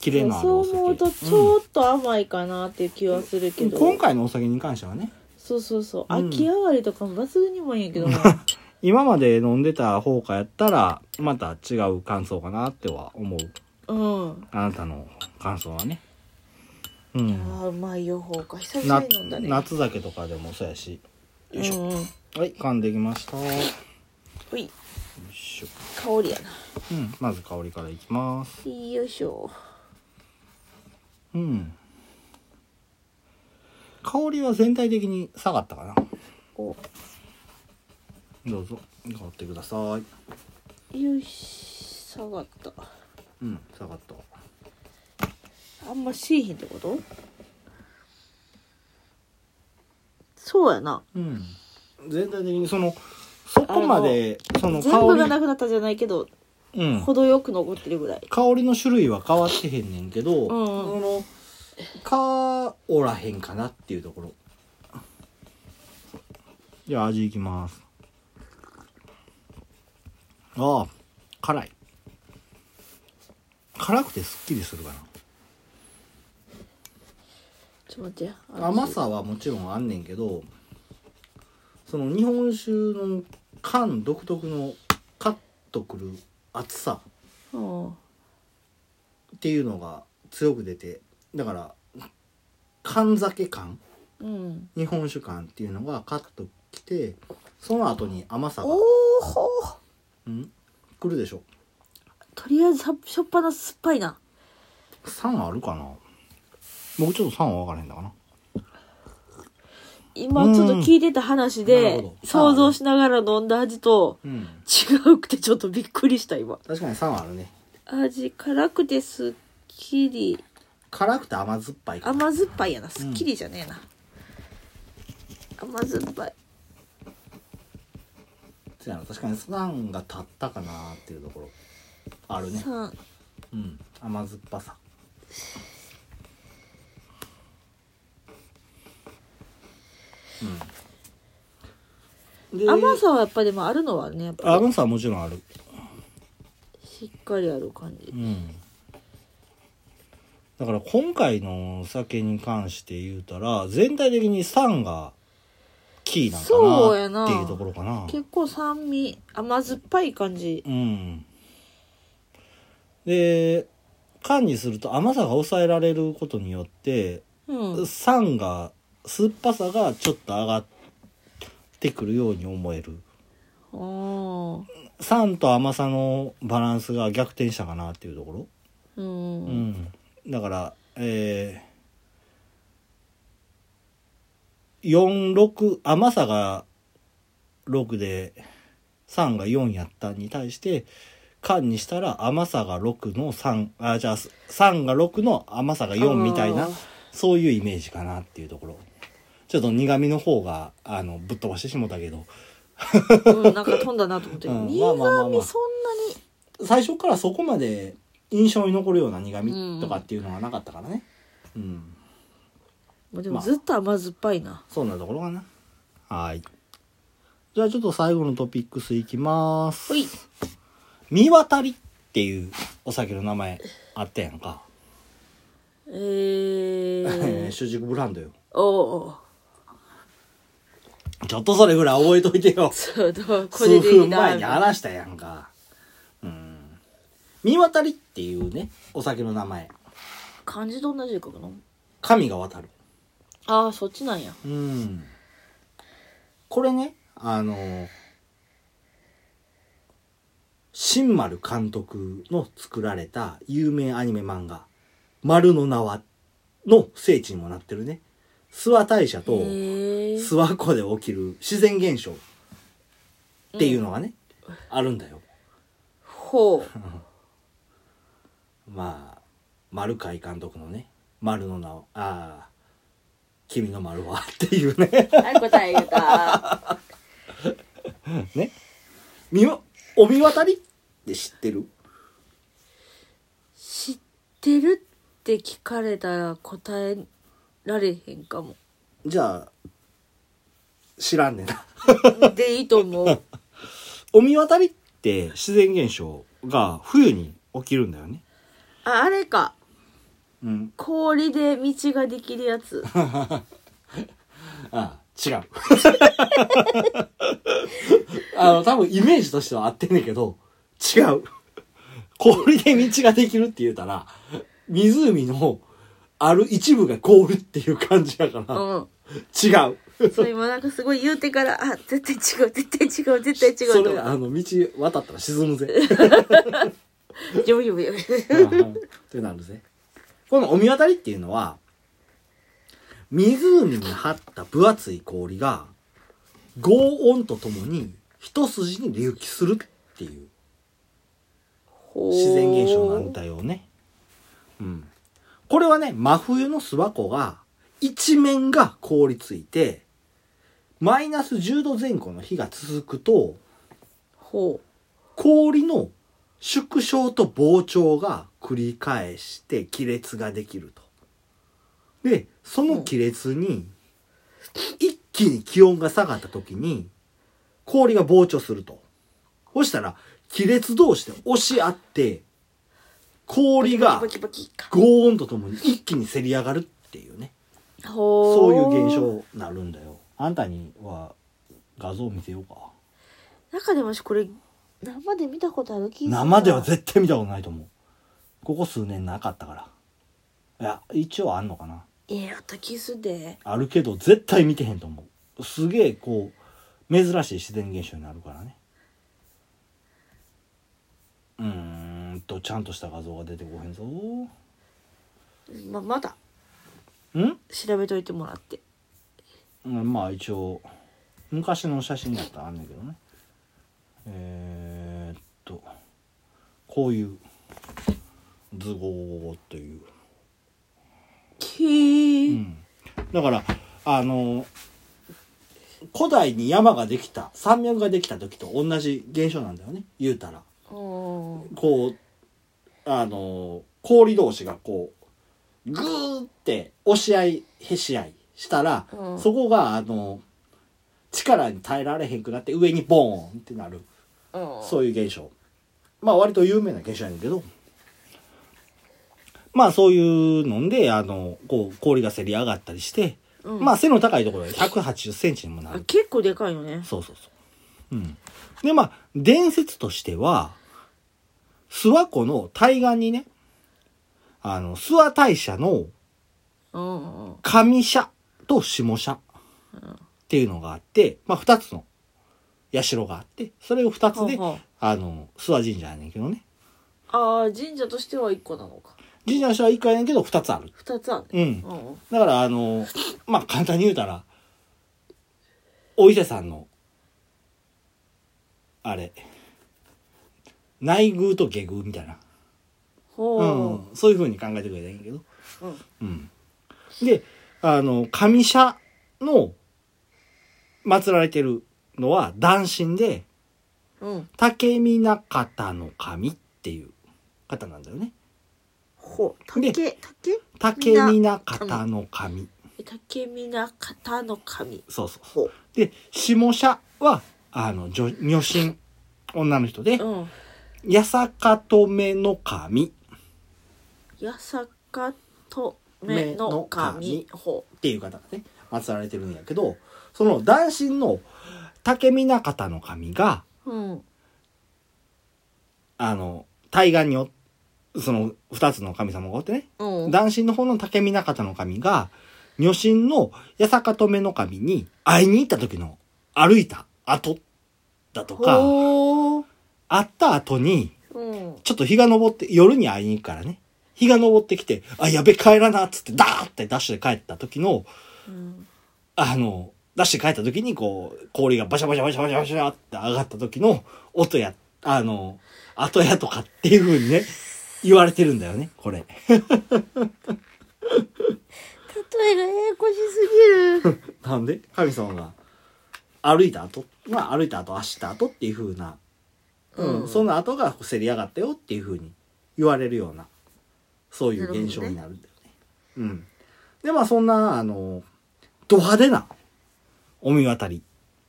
[SPEAKER 1] キレのある
[SPEAKER 2] そ
[SPEAKER 1] お
[SPEAKER 2] う
[SPEAKER 1] 酒
[SPEAKER 2] 思うとちょっと甘いかなっていう気はするけ
[SPEAKER 1] うん
[SPEAKER 2] ど、
[SPEAKER 1] 今回のお酒に関してはね
[SPEAKER 2] そうそうそう
[SPEAKER 1] うん
[SPEAKER 2] 秋上がりとかも抜群にもいいんやけどな
[SPEAKER 1] 今まで飲んでた方かやったらまた違う感想かなっては思う
[SPEAKER 2] うん
[SPEAKER 1] あなたの感想はねうん
[SPEAKER 2] あーうまいよフォーカ久々
[SPEAKER 1] な
[SPEAKER 2] に飲んだね
[SPEAKER 1] 夏酒とかでもそうやしよいしょ
[SPEAKER 2] うんうん
[SPEAKER 1] はい噛んできましたよ
[SPEAKER 2] ほい
[SPEAKER 1] いしょ
[SPEAKER 2] 香りや
[SPEAKER 1] うんまず香りからいきます
[SPEAKER 2] なよいしょ
[SPEAKER 1] うん香りは全体的に下がったかな
[SPEAKER 2] お
[SPEAKER 1] どうぞ変わってください
[SPEAKER 2] よいし下がった
[SPEAKER 1] うん下がった
[SPEAKER 2] あんましいひんってことそうやな
[SPEAKER 1] うん全体的にそのそこまでその
[SPEAKER 2] 全部が
[SPEAKER 1] 香
[SPEAKER 2] なくなったじゃないけど
[SPEAKER 1] り、うん、
[SPEAKER 2] 程よく残ってるぐらい
[SPEAKER 1] 香りの種類は変わってへんねんけど、
[SPEAKER 2] うんう
[SPEAKER 1] そ
[SPEAKER 2] ん
[SPEAKER 1] の香おらへんかなっていうところじゃあ味いきますああ辛い辛くてすっきりするか
[SPEAKER 2] ちょっと待って
[SPEAKER 1] な甘さはもちろんあんねんけどその日本酒の缶独特のカッとくる熱さ
[SPEAKER 2] うん
[SPEAKER 1] っていうのが強く出てだから缶酒感
[SPEAKER 2] うん
[SPEAKER 1] 日本酒感っていうのがカッときてその後に甘さが
[SPEAKER 2] お、お
[SPEAKER 1] うん、くるでしょ
[SPEAKER 2] とりあえずさしょっぱな酸っぱいな
[SPEAKER 1] 酸あるかな僕ちょっと酸は分からへんだかな
[SPEAKER 2] 今ちょっと聞いてた話
[SPEAKER 1] うんなる
[SPEAKER 2] で
[SPEAKER 1] ほど
[SPEAKER 2] 想像しながら飲んだ味と
[SPEAKER 1] うん
[SPEAKER 2] 違うくてちょっとびっくりした今
[SPEAKER 1] 確かに酸はあるね
[SPEAKER 2] 味辛くてすっきり
[SPEAKER 1] 辛くて甘酸っぱいから
[SPEAKER 2] 甘酸っぱいやなすっきりじゃねえな、甘酸っぱい
[SPEAKER 1] そうやな確かに酸が立ったかなっていうところあるね
[SPEAKER 2] 酸
[SPEAKER 1] うん甘酸っぱさうんで
[SPEAKER 2] 甘さはやっぱでもあるのはねやっぱ
[SPEAKER 1] 甘さはもちろんある
[SPEAKER 2] しっかりある感じ
[SPEAKER 1] うんだから今回のお酒に関して言うたら全体的に酸がキーなん
[SPEAKER 2] そうや
[SPEAKER 1] か
[SPEAKER 2] な
[SPEAKER 1] なっていうところかな
[SPEAKER 2] 結構酸味甘酸っぱい感じ
[SPEAKER 1] うんで缶にすると甘さが抑えられることによって
[SPEAKER 2] うん
[SPEAKER 1] 酸が酸っぱさがちょっと上がってくるように思える
[SPEAKER 2] おー
[SPEAKER 1] 酸と甘さのバランスが逆転したかなっていうところ
[SPEAKER 2] うん、
[SPEAKER 1] うん、だからえー、46甘さが6で3が4やったに対して缶にしたら甘さが6の3あじゃあ3が6の甘さが4みたい
[SPEAKER 2] あ
[SPEAKER 1] な
[SPEAKER 2] ー
[SPEAKER 1] そういうイメージかなっていうところちょっと苦味の方があのぶっ飛ばしてしもたけど
[SPEAKER 2] うん、なんか飛んだなと思って、
[SPEAKER 1] うん
[SPEAKER 2] 苦
[SPEAKER 1] まあまあまあま
[SPEAKER 2] 味
[SPEAKER 1] あ
[SPEAKER 2] そん
[SPEAKER 1] 最初からそこまで印象に残るような苦味とかっていうのはなかったからねうん
[SPEAKER 2] なにで
[SPEAKER 1] ま
[SPEAKER 2] も
[SPEAKER 1] あ
[SPEAKER 2] ずっと甘酸っぱいな、
[SPEAKER 1] そんなところかな。はい。じゃあちょっと最後のトピックスいきます。
[SPEAKER 2] ほい
[SPEAKER 1] 見渡りっていうお酒の名前あったやんか。
[SPEAKER 2] え ー、
[SPEAKER 1] 主軸ブランドよ。
[SPEAKER 2] おー
[SPEAKER 1] ちょっとそれぐらい覚えといてよ。
[SPEAKER 2] そうだこ
[SPEAKER 1] 数
[SPEAKER 2] れでいい
[SPEAKER 1] 分
[SPEAKER 2] な
[SPEAKER 1] 前に話したやんか。うん。見渡りっていうね、お酒の名前。
[SPEAKER 2] 漢字と同じかな
[SPEAKER 1] 神が渡る。
[SPEAKER 2] ああそっちなんや
[SPEAKER 1] うん。これね、あの、新丸監督の作られた有名アニメ漫画、丸の縄の聖地にもなってるね。諏訪大社と
[SPEAKER 2] へえ
[SPEAKER 1] 諏訪湖で起きる自然現象っていうのがね、あるんだよ。
[SPEAKER 2] ほう
[SPEAKER 1] まあ、丸海監督のね、丸の名を、ああ、君の丸はっていうね。
[SPEAKER 2] はい答え言う た
[SPEAKER 1] ね。みわ、お見渡りって知ってる
[SPEAKER 2] 知ってるって聞かれたら答えられへんかも
[SPEAKER 1] じゃあ、知らんねんな。
[SPEAKER 2] でいいと思う
[SPEAKER 1] お見渡りって自然現象が冬に起きるんだよね。
[SPEAKER 2] ああれか
[SPEAKER 1] うん。
[SPEAKER 2] 氷で道ができるやつ
[SPEAKER 1] ああ違う。 あの、多分イメージとしては合ってんねんけど、違う。氷で道ができるって言うたら、湖のある一部が凍るっていう感じやか
[SPEAKER 2] う
[SPEAKER 1] ら、違
[SPEAKER 2] ん
[SPEAKER 1] う。
[SPEAKER 2] そう今なんかすごい言うてからあ絶対違う絶対違う絶対違
[SPEAKER 1] そう
[SPEAKER 2] と
[SPEAKER 1] れ、
[SPEAKER 2] 思
[SPEAKER 1] あ
[SPEAKER 2] う
[SPEAKER 1] の、道渡ったら沈むぜ。
[SPEAKER 2] ジョブジョブジョブ
[SPEAKER 1] ってなるぜ。このお見渡りっていうのは、湖に張った分厚い氷が、轟音とともに一筋に隆起するっていう
[SPEAKER 2] ほう
[SPEAKER 1] 自然現象なんだよね。うん。これはね、真冬の諏訪湖が、一面が凍りついて、マイナス10度前後の日が続くと、
[SPEAKER 2] ほ
[SPEAKER 1] 氷の縮小と膨張が繰り返して亀裂ができると。で、その亀裂に、一気に気温が下がった時に、氷が膨張すると。そしたら、亀裂同士で押し合って、
[SPEAKER 2] う
[SPEAKER 1] 氷が
[SPEAKER 2] バキバキバキか
[SPEAKER 1] 轟音とともに一気にせり上がるっていうね。
[SPEAKER 2] ほ
[SPEAKER 1] そういう現象になるんだよ。あんたには画像見せようか。
[SPEAKER 2] 中でもしこれ生で見たことある気がするな
[SPEAKER 1] 生では絶対見たことないと思うここ数年なかったからいや一応あんのかな
[SPEAKER 2] ええあった気すんで
[SPEAKER 1] あるけど絶対見てへんと思うすげえこう珍しい自然現象になるからねうーんとちゃんとした画像が出てこへんぞ
[SPEAKER 2] ままだ
[SPEAKER 1] ん
[SPEAKER 2] 調べといてもらって
[SPEAKER 1] うんまあ一応昔の写真だったらあんねんけどねえー、っとこういう図号という、
[SPEAKER 2] きー、
[SPEAKER 1] うん、だからあの古代に山ができた山脈ができた時と同じ現象なんだよね言うたら
[SPEAKER 2] おー
[SPEAKER 1] こうあの氷同士がこうグーって押し合いへし合いしたら、
[SPEAKER 2] うん
[SPEAKER 1] そこがあの力に耐えられへんくなって上にボーンってなる
[SPEAKER 2] うん
[SPEAKER 1] そういう現象まあ割と有名な現象やねんけどまあそういうのであのこう氷がせり上がったりして、
[SPEAKER 2] うん
[SPEAKER 1] まあ背の高いところで1 8 0ンチにもな
[SPEAKER 2] あ
[SPEAKER 1] る
[SPEAKER 2] 結構でかいよね
[SPEAKER 1] そうそうそう。うん。で、まあ、伝説としては、諏訪湖の対岸にね、あの、諏訪大社の
[SPEAKER 2] うんうん
[SPEAKER 1] 上社と下社っていうのがあって、まあ、二つの社があって、それを二つで、
[SPEAKER 2] ほうほう
[SPEAKER 1] あの、諏訪神社やねんけどね。
[SPEAKER 2] ああ神社としては1個なのか
[SPEAKER 1] 神社の社は一回やねんけど、二つある。
[SPEAKER 2] 2つある
[SPEAKER 1] う
[SPEAKER 2] ね
[SPEAKER 1] ん。
[SPEAKER 2] うんうん
[SPEAKER 1] だから、あの、まあ、簡単に言うたら、お伊勢さんの、あれ、内宮と下宮みたいな。
[SPEAKER 2] ほう、
[SPEAKER 1] うん、そういうふうに考えてくれたらいいんやけど。
[SPEAKER 2] うん
[SPEAKER 1] うん。で、あの、上社の、祀られてるのは、男神で、
[SPEAKER 2] うん
[SPEAKER 1] 竹見中田の神っていう方なんだよね。
[SPEAKER 2] ほう
[SPEAKER 1] で
[SPEAKER 2] 竹竹
[SPEAKER 1] 竹見中田の神。
[SPEAKER 2] 竹見な方の神
[SPEAKER 1] そうそうそう。
[SPEAKER 2] ほう
[SPEAKER 1] で、下社は、あの、女女神、女の人で、
[SPEAKER 2] うん
[SPEAKER 1] 八坂とめの神
[SPEAKER 2] 八坂と目の
[SPEAKER 1] 目の神
[SPEAKER 2] 神ほ
[SPEAKER 1] っていう方がね、祀られてるんやけど、その男神の竹見中田の神が、
[SPEAKER 2] ううん
[SPEAKER 1] あの、対岸にお、その二つの神様がおってね、
[SPEAKER 2] うん
[SPEAKER 1] 男神の方の竹見中田の神が、女神の八坂とめの神に会いに行った時の歩いた後だとか、
[SPEAKER 2] ほう
[SPEAKER 1] 会った後に、
[SPEAKER 2] うん
[SPEAKER 1] ちょっと日が昇って、夜に会いに行くからね。日が昇ってきて、あ、やべ、帰らなっつって、ダーってダッシュで帰った時の、
[SPEAKER 2] うん
[SPEAKER 1] あの、ダッシュで帰った時に、こう、氷がバシャバシャバシャバシャバシャって上がった時の音や、あの、後やとかっていう風にね、言われてるんだよね、これ。
[SPEAKER 2] 例えがややこしすぎる
[SPEAKER 1] なんで、神様が、歩いた後、まあ歩いた後、走った後っていう風な、うん、その後がせり上がったよっていう風に言われるような、そういう現象になるんだよね。うん。で、まあそんな、あの、ド派手な、お見渡り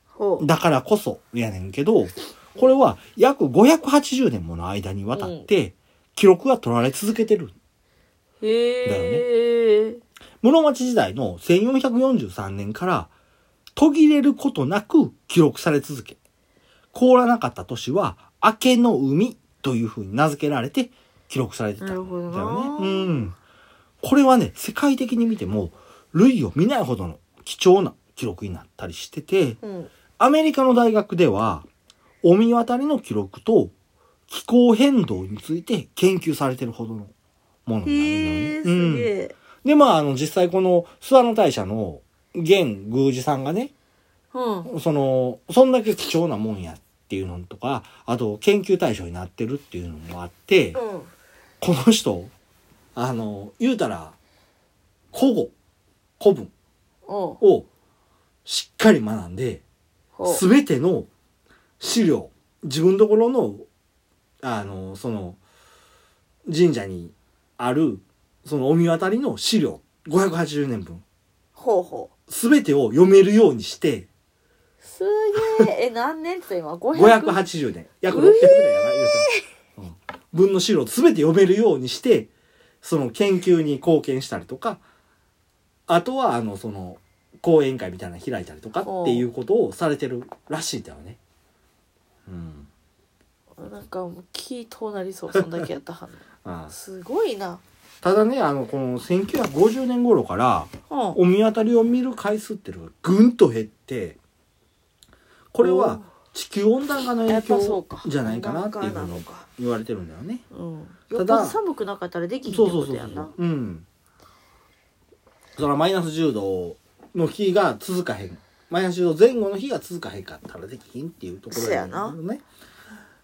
[SPEAKER 2] ほう
[SPEAKER 1] だからこそやねんけど、これは約580年もの間にわたって記録が取られ続けてる。
[SPEAKER 2] へえ、
[SPEAKER 1] 室町時代の1443年から途切れることなく記録され続け、凍らなかった年は明けの海というふうに名付けられて記録されてたんだよ
[SPEAKER 2] なるほどな
[SPEAKER 1] ね。うん。これはね、世界的に見ても類を見ないほどの貴重な記録になったりしてて、
[SPEAKER 2] うん
[SPEAKER 1] アメリカの大学では、お見渡りの記録と気候変動について研究されてるほどのものなんだよ
[SPEAKER 2] へ
[SPEAKER 1] ね。
[SPEAKER 2] え
[SPEAKER 1] う
[SPEAKER 2] す
[SPEAKER 1] ん
[SPEAKER 2] げえ、
[SPEAKER 1] で、まあ、あの、実際この諏訪の大社の現宮司さんがね、
[SPEAKER 2] うん
[SPEAKER 1] その、そんだけ貴重なもんやっていうのとか、あと研究対象になってるっていうのもあって、
[SPEAKER 2] うん
[SPEAKER 1] この人、あの、言うたら、古語、古文
[SPEAKER 2] おう
[SPEAKER 1] をしっかり学んで、
[SPEAKER 2] ほ
[SPEAKER 1] すべての資料、自分ところの、あの、その、神社にある、そのお見渡りの資料、580年分、
[SPEAKER 2] ほうほう
[SPEAKER 1] すべてを読めるようにして、
[SPEAKER 2] すげええ何年って言った今500
[SPEAKER 1] 580年、約600年やな、言うたらうん分の資料すべて読めるようにして、その研究に貢献したりとか、あとは、あの、その、講演会みたいなの開いたりとかっていうことをされてるらしいんだよね。うん。
[SPEAKER 2] なんかもう木となりそうそんだけやった はん
[SPEAKER 1] ああ
[SPEAKER 2] すごいな
[SPEAKER 1] ただねあのこの1950年頃から
[SPEAKER 2] うん
[SPEAKER 1] お見渡りを見る回数っていうのがぐんと減ってこれは地球温暖化の影
[SPEAKER 2] やっぱそ
[SPEAKER 1] 響
[SPEAKER 2] うか
[SPEAKER 1] じゃないかなっていうふう
[SPEAKER 2] 温暖化なの
[SPEAKER 1] に
[SPEAKER 2] か
[SPEAKER 1] 言われてるんだよね。
[SPEAKER 2] うん
[SPEAKER 1] だ
[SPEAKER 2] よっぽど寒くなかったらできひんって
[SPEAKER 1] そうそ
[SPEAKER 2] こ
[SPEAKER 1] うそ
[SPEAKER 2] と
[SPEAKER 1] う
[SPEAKER 2] やん
[SPEAKER 1] そ
[SPEAKER 2] な
[SPEAKER 1] う。うん。そらマイナス10度の日が続かへん。マイナス10度前後の日が続かへんかったらできひんっていうところ
[SPEAKER 2] そ
[SPEAKER 1] ね。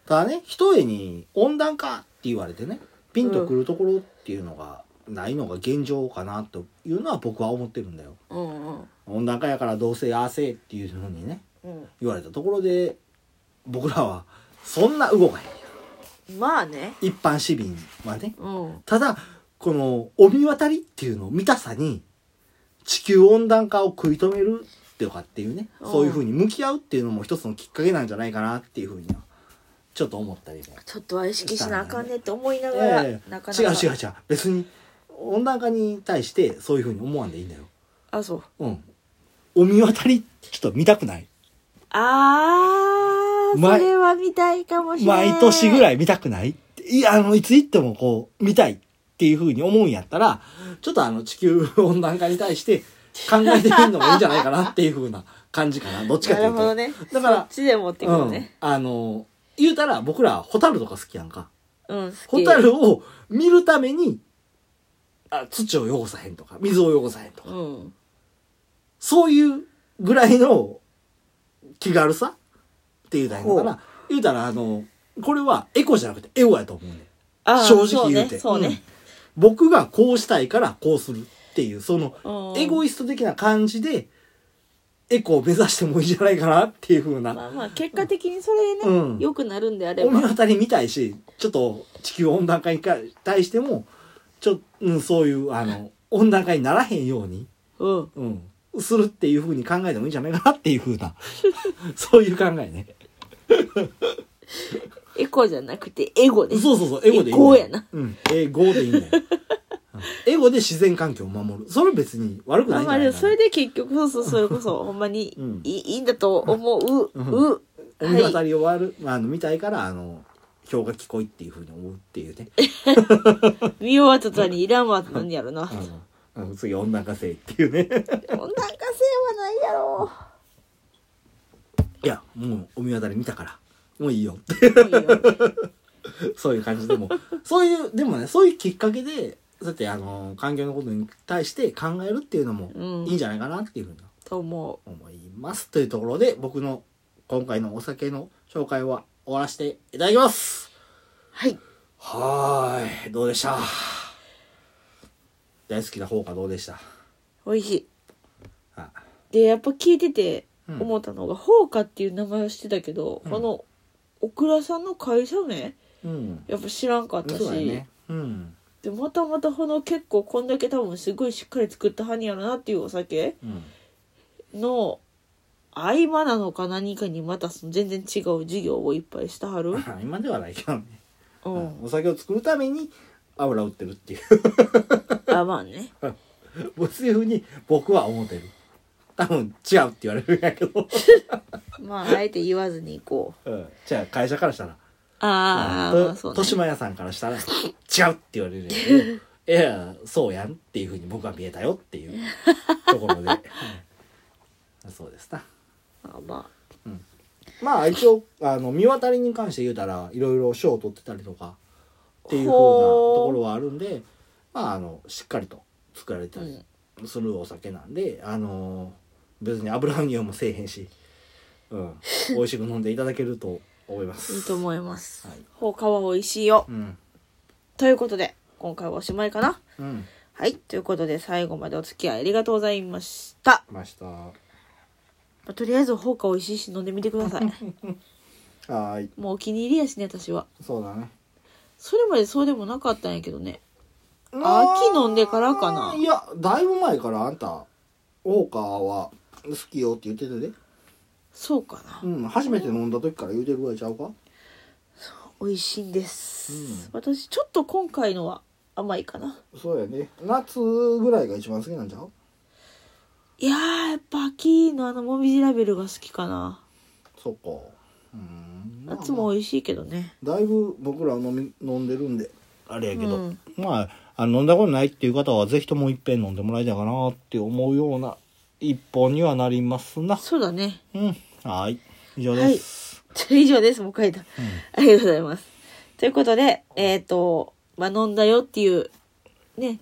[SPEAKER 1] ただね、一重に温暖化って言われてね、ピンとくるところっていうのがないのが現状かなというのは僕は思ってるんだよ。
[SPEAKER 2] うんうん
[SPEAKER 1] 温暖化やからどうせ汗っていうふうにね、
[SPEAKER 2] うん
[SPEAKER 1] 言われたところで、僕らはそんな動かへんやん。
[SPEAKER 2] まあね
[SPEAKER 1] 一般市民はね。
[SPEAKER 2] うん
[SPEAKER 1] ただこのお見渡りっていうのを見たさに地球温暖化を食い止めるとかっていうね
[SPEAKER 2] うん
[SPEAKER 1] そういうふうに向き合うっていうのも一つのきっかけなんじゃないかなっていうふうにはちょっと思ったりも。
[SPEAKER 2] ちょっとは意識しなあかんねって思いながら、
[SPEAKER 1] ええ
[SPEAKER 2] なかなか
[SPEAKER 1] 違う違う違う別に温暖化に対してそういうふうに思わんでいいんだよ。
[SPEAKER 2] あそう
[SPEAKER 1] うん。お見渡りちょっと見たくない
[SPEAKER 2] あー
[SPEAKER 1] ま
[SPEAKER 2] それは見たいかもしれない
[SPEAKER 1] 毎年ぐ
[SPEAKER 2] い
[SPEAKER 1] らい見たくないいや、あの、いつ行ってもこう、見たいっていうふうに思うんやったら、ちょっとあの、地球温暖化に対して考えてみるのもいいんじゃないかなっていうふうな感じか な。どっちか
[SPEAKER 2] な
[SPEAKER 1] という
[SPEAKER 2] る
[SPEAKER 1] と。
[SPEAKER 2] ほどね
[SPEAKER 1] だから
[SPEAKER 2] そっちで持ってくる
[SPEAKER 1] うん
[SPEAKER 2] ね、
[SPEAKER 1] あの、言うたら僕らホタルとか好きやんか。
[SPEAKER 2] うん、好き
[SPEAKER 1] ホタルを見るために、あ土を汚さへんとか、水を汚さへんとか、
[SPEAKER 2] うん
[SPEAKER 1] そういうぐらいの気軽さっていうたらいいのか
[SPEAKER 2] ほ
[SPEAKER 1] な。言うたらあの、これはエコじゃなくてエゴやと思うねん。
[SPEAKER 2] あー
[SPEAKER 1] 正直言うて
[SPEAKER 2] そうねそうね、
[SPEAKER 1] うん僕がこうしたいからこうするっていうその
[SPEAKER 2] うん
[SPEAKER 1] エゴイスト的な感じでエコを目指してもいいんじゃないかなっていうふう
[SPEAKER 2] ま
[SPEAKER 1] な
[SPEAKER 2] あまあ結果的にそれでね、
[SPEAKER 1] うん
[SPEAKER 2] 良くなるんであれ
[SPEAKER 1] お見
[SPEAKER 2] ば
[SPEAKER 1] 渡りみたいしちょっと地球温暖化に対してもちょ、うん、そういうあの温暖化にならへんように、
[SPEAKER 2] うん
[SPEAKER 1] うん、するっていうふうに考えてもいいんじゃないかなっていうふう なそういう考えね
[SPEAKER 2] エコじゃなくてエゴです
[SPEAKER 1] そうそうそうエゴでいいんだよ
[SPEAKER 2] エゴやな
[SPEAKER 1] うんエゴでいいんだようんエゴで自然環境を守るそれ別に悪く
[SPEAKER 2] ま
[SPEAKER 1] ない
[SPEAKER 2] あ
[SPEAKER 1] んじ
[SPEAKER 2] ま
[SPEAKER 1] ゃ
[SPEAKER 2] あ
[SPEAKER 1] ないかな
[SPEAKER 2] でもそれで結局そうそうそれこそほんまに
[SPEAKER 1] うん
[SPEAKER 2] いい,、ん、だと思う、う
[SPEAKER 1] うんお見
[SPEAKER 2] は
[SPEAKER 1] 渡
[SPEAKER 2] い
[SPEAKER 1] り終わる、あの見たいからあの票が聞こいっていうふうに思うっていうね
[SPEAKER 2] 見終わった途端にいらんわってなんやろな
[SPEAKER 1] あのあの次温暖化性っていうね
[SPEAKER 2] 温暖化性はないやろ
[SPEAKER 1] いやもうお見渡り見たからもういいよってそういう感じでもそういうでもねそういうきっかけでだってあの環境のことに対して考えるっていうのも
[SPEAKER 2] うん
[SPEAKER 1] いいんじゃないかなっていうふうに
[SPEAKER 2] と思
[SPEAKER 1] 思います、というところで僕の今回のお酒の紹介は終わらせていただきます
[SPEAKER 2] うはい
[SPEAKER 1] はーいどうでした大好きな方がどうでした
[SPEAKER 2] 美味しい
[SPEAKER 1] あ
[SPEAKER 2] でやっぱ聞いてて
[SPEAKER 1] うん
[SPEAKER 2] 思ったのが「ほうか」っていう名前をしてたけど、
[SPEAKER 1] うん
[SPEAKER 2] このオクラさんの会社名
[SPEAKER 1] うん。
[SPEAKER 2] やっぱ知らんかったし、
[SPEAKER 1] そうだね。うん。
[SPEAKER 2] でまたまたこの結構こんだけ多分すごいしっかり作ったはにやろなっていうお酒
[SPEAKER 1] うん。
[SPEAKER 2] の合間なのか何かにまたその全然違う授業をいっぱいしてはる、
[SPEAKER 1] 今ではないけどね。
[SPEAKER 2] う、
[SPEAKER 1] うんお酒を作るために油を売ってるっていう。
[SPEAKER 2] あまあね
[SPEAKER 1] そういうふうに僕は思ってる。多分違うって言われるんやけど。
[SPEAKER 2] まああえて言わずにこう
[SPEAKER 1] うん。じゃあ会社からしたら。
[SPEAKER 2] ああ、
[SPEAKER 1] うん
[SPEAKER 2] まあそうね
[SPEAKER 1] 豊島屋さんからしたら、違うって言われるんやけど。いや、そうやんっていうふうに僕は見えたよっていうとこ ろで。うんそうですな。
[SPEAKER 2] まあま
[SPEAKER 1] まあ一応あの見渡りに関して言うたらいろいろ賞を取ってたりとかっていうふうなと
[SPEAKER 2] ほう
[SPEAKER 1] ころはあるんでまああのしっかりと作られ
[SPEAKER 2] あ、
[SPEAKER 1] た
[SPEAKER 2] う
[SPEAKER 1] り
[SPEAKER 2] ん、
[SPEAKER 1] するお酒なんで、あの別に油におもせえへんし、うん、美味しく飲んでいただけると思いま
[SPEAKER 2] いい
[SPEAKER 1] す。
[SPEAKER 2] と思います、
[SPEAKER 1] はい
[SPEAKER 2] ほうかは美味しいよ
[SPEAKER 1] うん
[SPEAKER 2] ということで今回はおしまいかな
[SPEAKER 1] うん
[SPEAKER 2] はいということで最後までお付き合いありがとうございました、
[SPEAKER 1] ました。は
[SPEAKER 2] まあとりあえずほうか美味しいし飲んでみてくだ さい
[SPEAKER 1] ーい
[SPEAKER 2] もうお気に入りやしね私は
[SPEAKER 1] そうだね。
[SPEAKER 2] それまでそうでもなかったんやけどね秋飲んでからかない
[SPEAKER 1] やだいぶ前からあんた大川は好きよって言ってたで。
[SPEAKER 2] そうかな
[SPEAKER 1] うん初めて飲んだ時から言うてるぐらいちゃうか。
[SPEAKER 2] 美味しいんです、
[SPEAKER 1] うん
[SPEAKER 2] 私ちょっと今回のは甘いかな
[SPEAKER 1] そうやね夏ぐらいが一番好きなんちゃう
[SPEAKER 2] いやーやっぱ秋のあのもみじラベルが好きかな
[SPEAKER 1] そっかうーんまあまあ
[SPEAKER 2] 夏も美味しいけどね
[SPEAKER 1] だいぶ僕ら飲み飲んでるんであれやけど、
[SPEAKER 2] うん
[SPEAKER 1] まああの飲んだことないっていう方はぜひともいっぺん飲んでもらいたいかなって思うような一本にはなりますな
[SPEAKER 2] そうだね
[SPEAKER 1] うんはーい以上です、
[SPEAKER 2] 以上です。もう書いた。
[SPEAKER 1] う
[SPEAKER 2] ありがとうございます。ということで、えっ、と、まあ、飲んだよっていう、ね、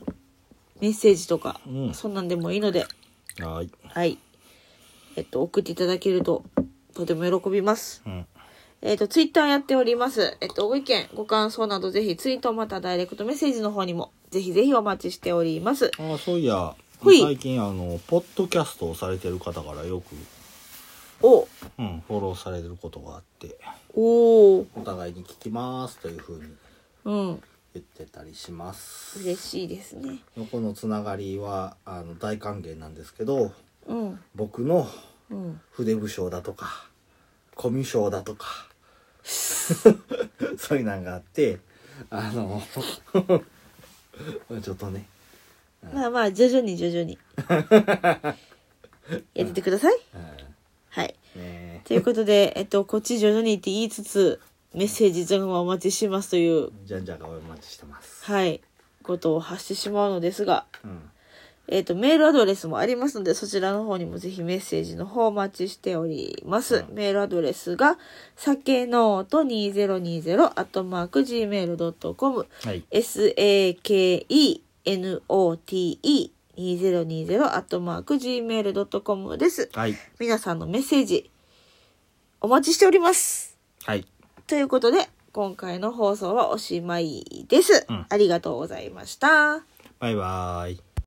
[SPEAKER 2] メッセージとか、
[SPEAKER 1] うん
[SPEAKER 2] そんなんでもいいので、
[SPEAKER 1] ん。はーい。
[SPEAKER 2] はい。えっ、と、送っていただけると、とても喜びます。
[SPEAKER 1] うん。
[SPEAKER 2] えっ、と、ツイッターやっております。えっ、と、ご意見、ご感想など、ぜひツイートまたダイレクトメッセージの方にも、ぜひぜひお待ちしております。
[SPEAKER 1] ああ、そういや、
[SPEAKER 2] ほい
[SPEAKER 1] 最近、あの、ポッドキャストをされてる方からよく、
[SPEAKER 2] お
[SPEAKER 1] うん、フォローされてることがあって、
[SPEAKER 2] おー
[SPEAKER 1] お互いに聞きますというふうに
[SPEAKER 2] うん。
[SPEAKER 1] 言ってたりします。
[SPEAKER 2] 嬉しいですね。
[SPEAKER 1] このつながりは、あの、大歓迎なんですけど、
[SPEAKER 2] うん。
[SPEAKER 1] 僕の
[SPEAKER 2] うん。
[SPEAKER 1] 筆部賞だとか、コミュ賞だとか、 そういうのがあって、あの、 ちょっとね、
[SPEAKER 2] まあまあ、徐々に徐々に。やっててください。
[SPEAKER 1] うん
[SPEAKER 2] はい。
[SPEAKER 1] ね
[SPEAKER 2] ということで、えっと、こっち徐々にって言いつつ、メッセージ全部お待ちしますという、
[SPEAKER 1] じゃんじゃんがお待ちしてます。
[SPEAKER 2] はい、ことを発してしまうのですが、
[SPEAKER 1] うん。
[SPEAKER 2] えっと、メールアドレスもありますので、そちらの方にもぜひメッセージの方お待ちしております。
[SPEAKER 1] うん
[SPEAKER 2] メールアドレスが、さけのーと2020、アットマーク、gmail.com、
[SPEAKER 1] はい。
[SPEAKER 2] sakenote2020、アットマーク、gmail.com です。
[SPEAKER 1] はい。
[SPEAKER 2] 皆さんのメッセージ、お待ちしております。
[SPEAKER 1] はい。
[SPEAKER 2] ということで、今回の放送はおしまいです。
[SPEAKER 1] うん
[SPEAKER 2] ありがとうございました。
[SPEAKER 1] バイバーイ。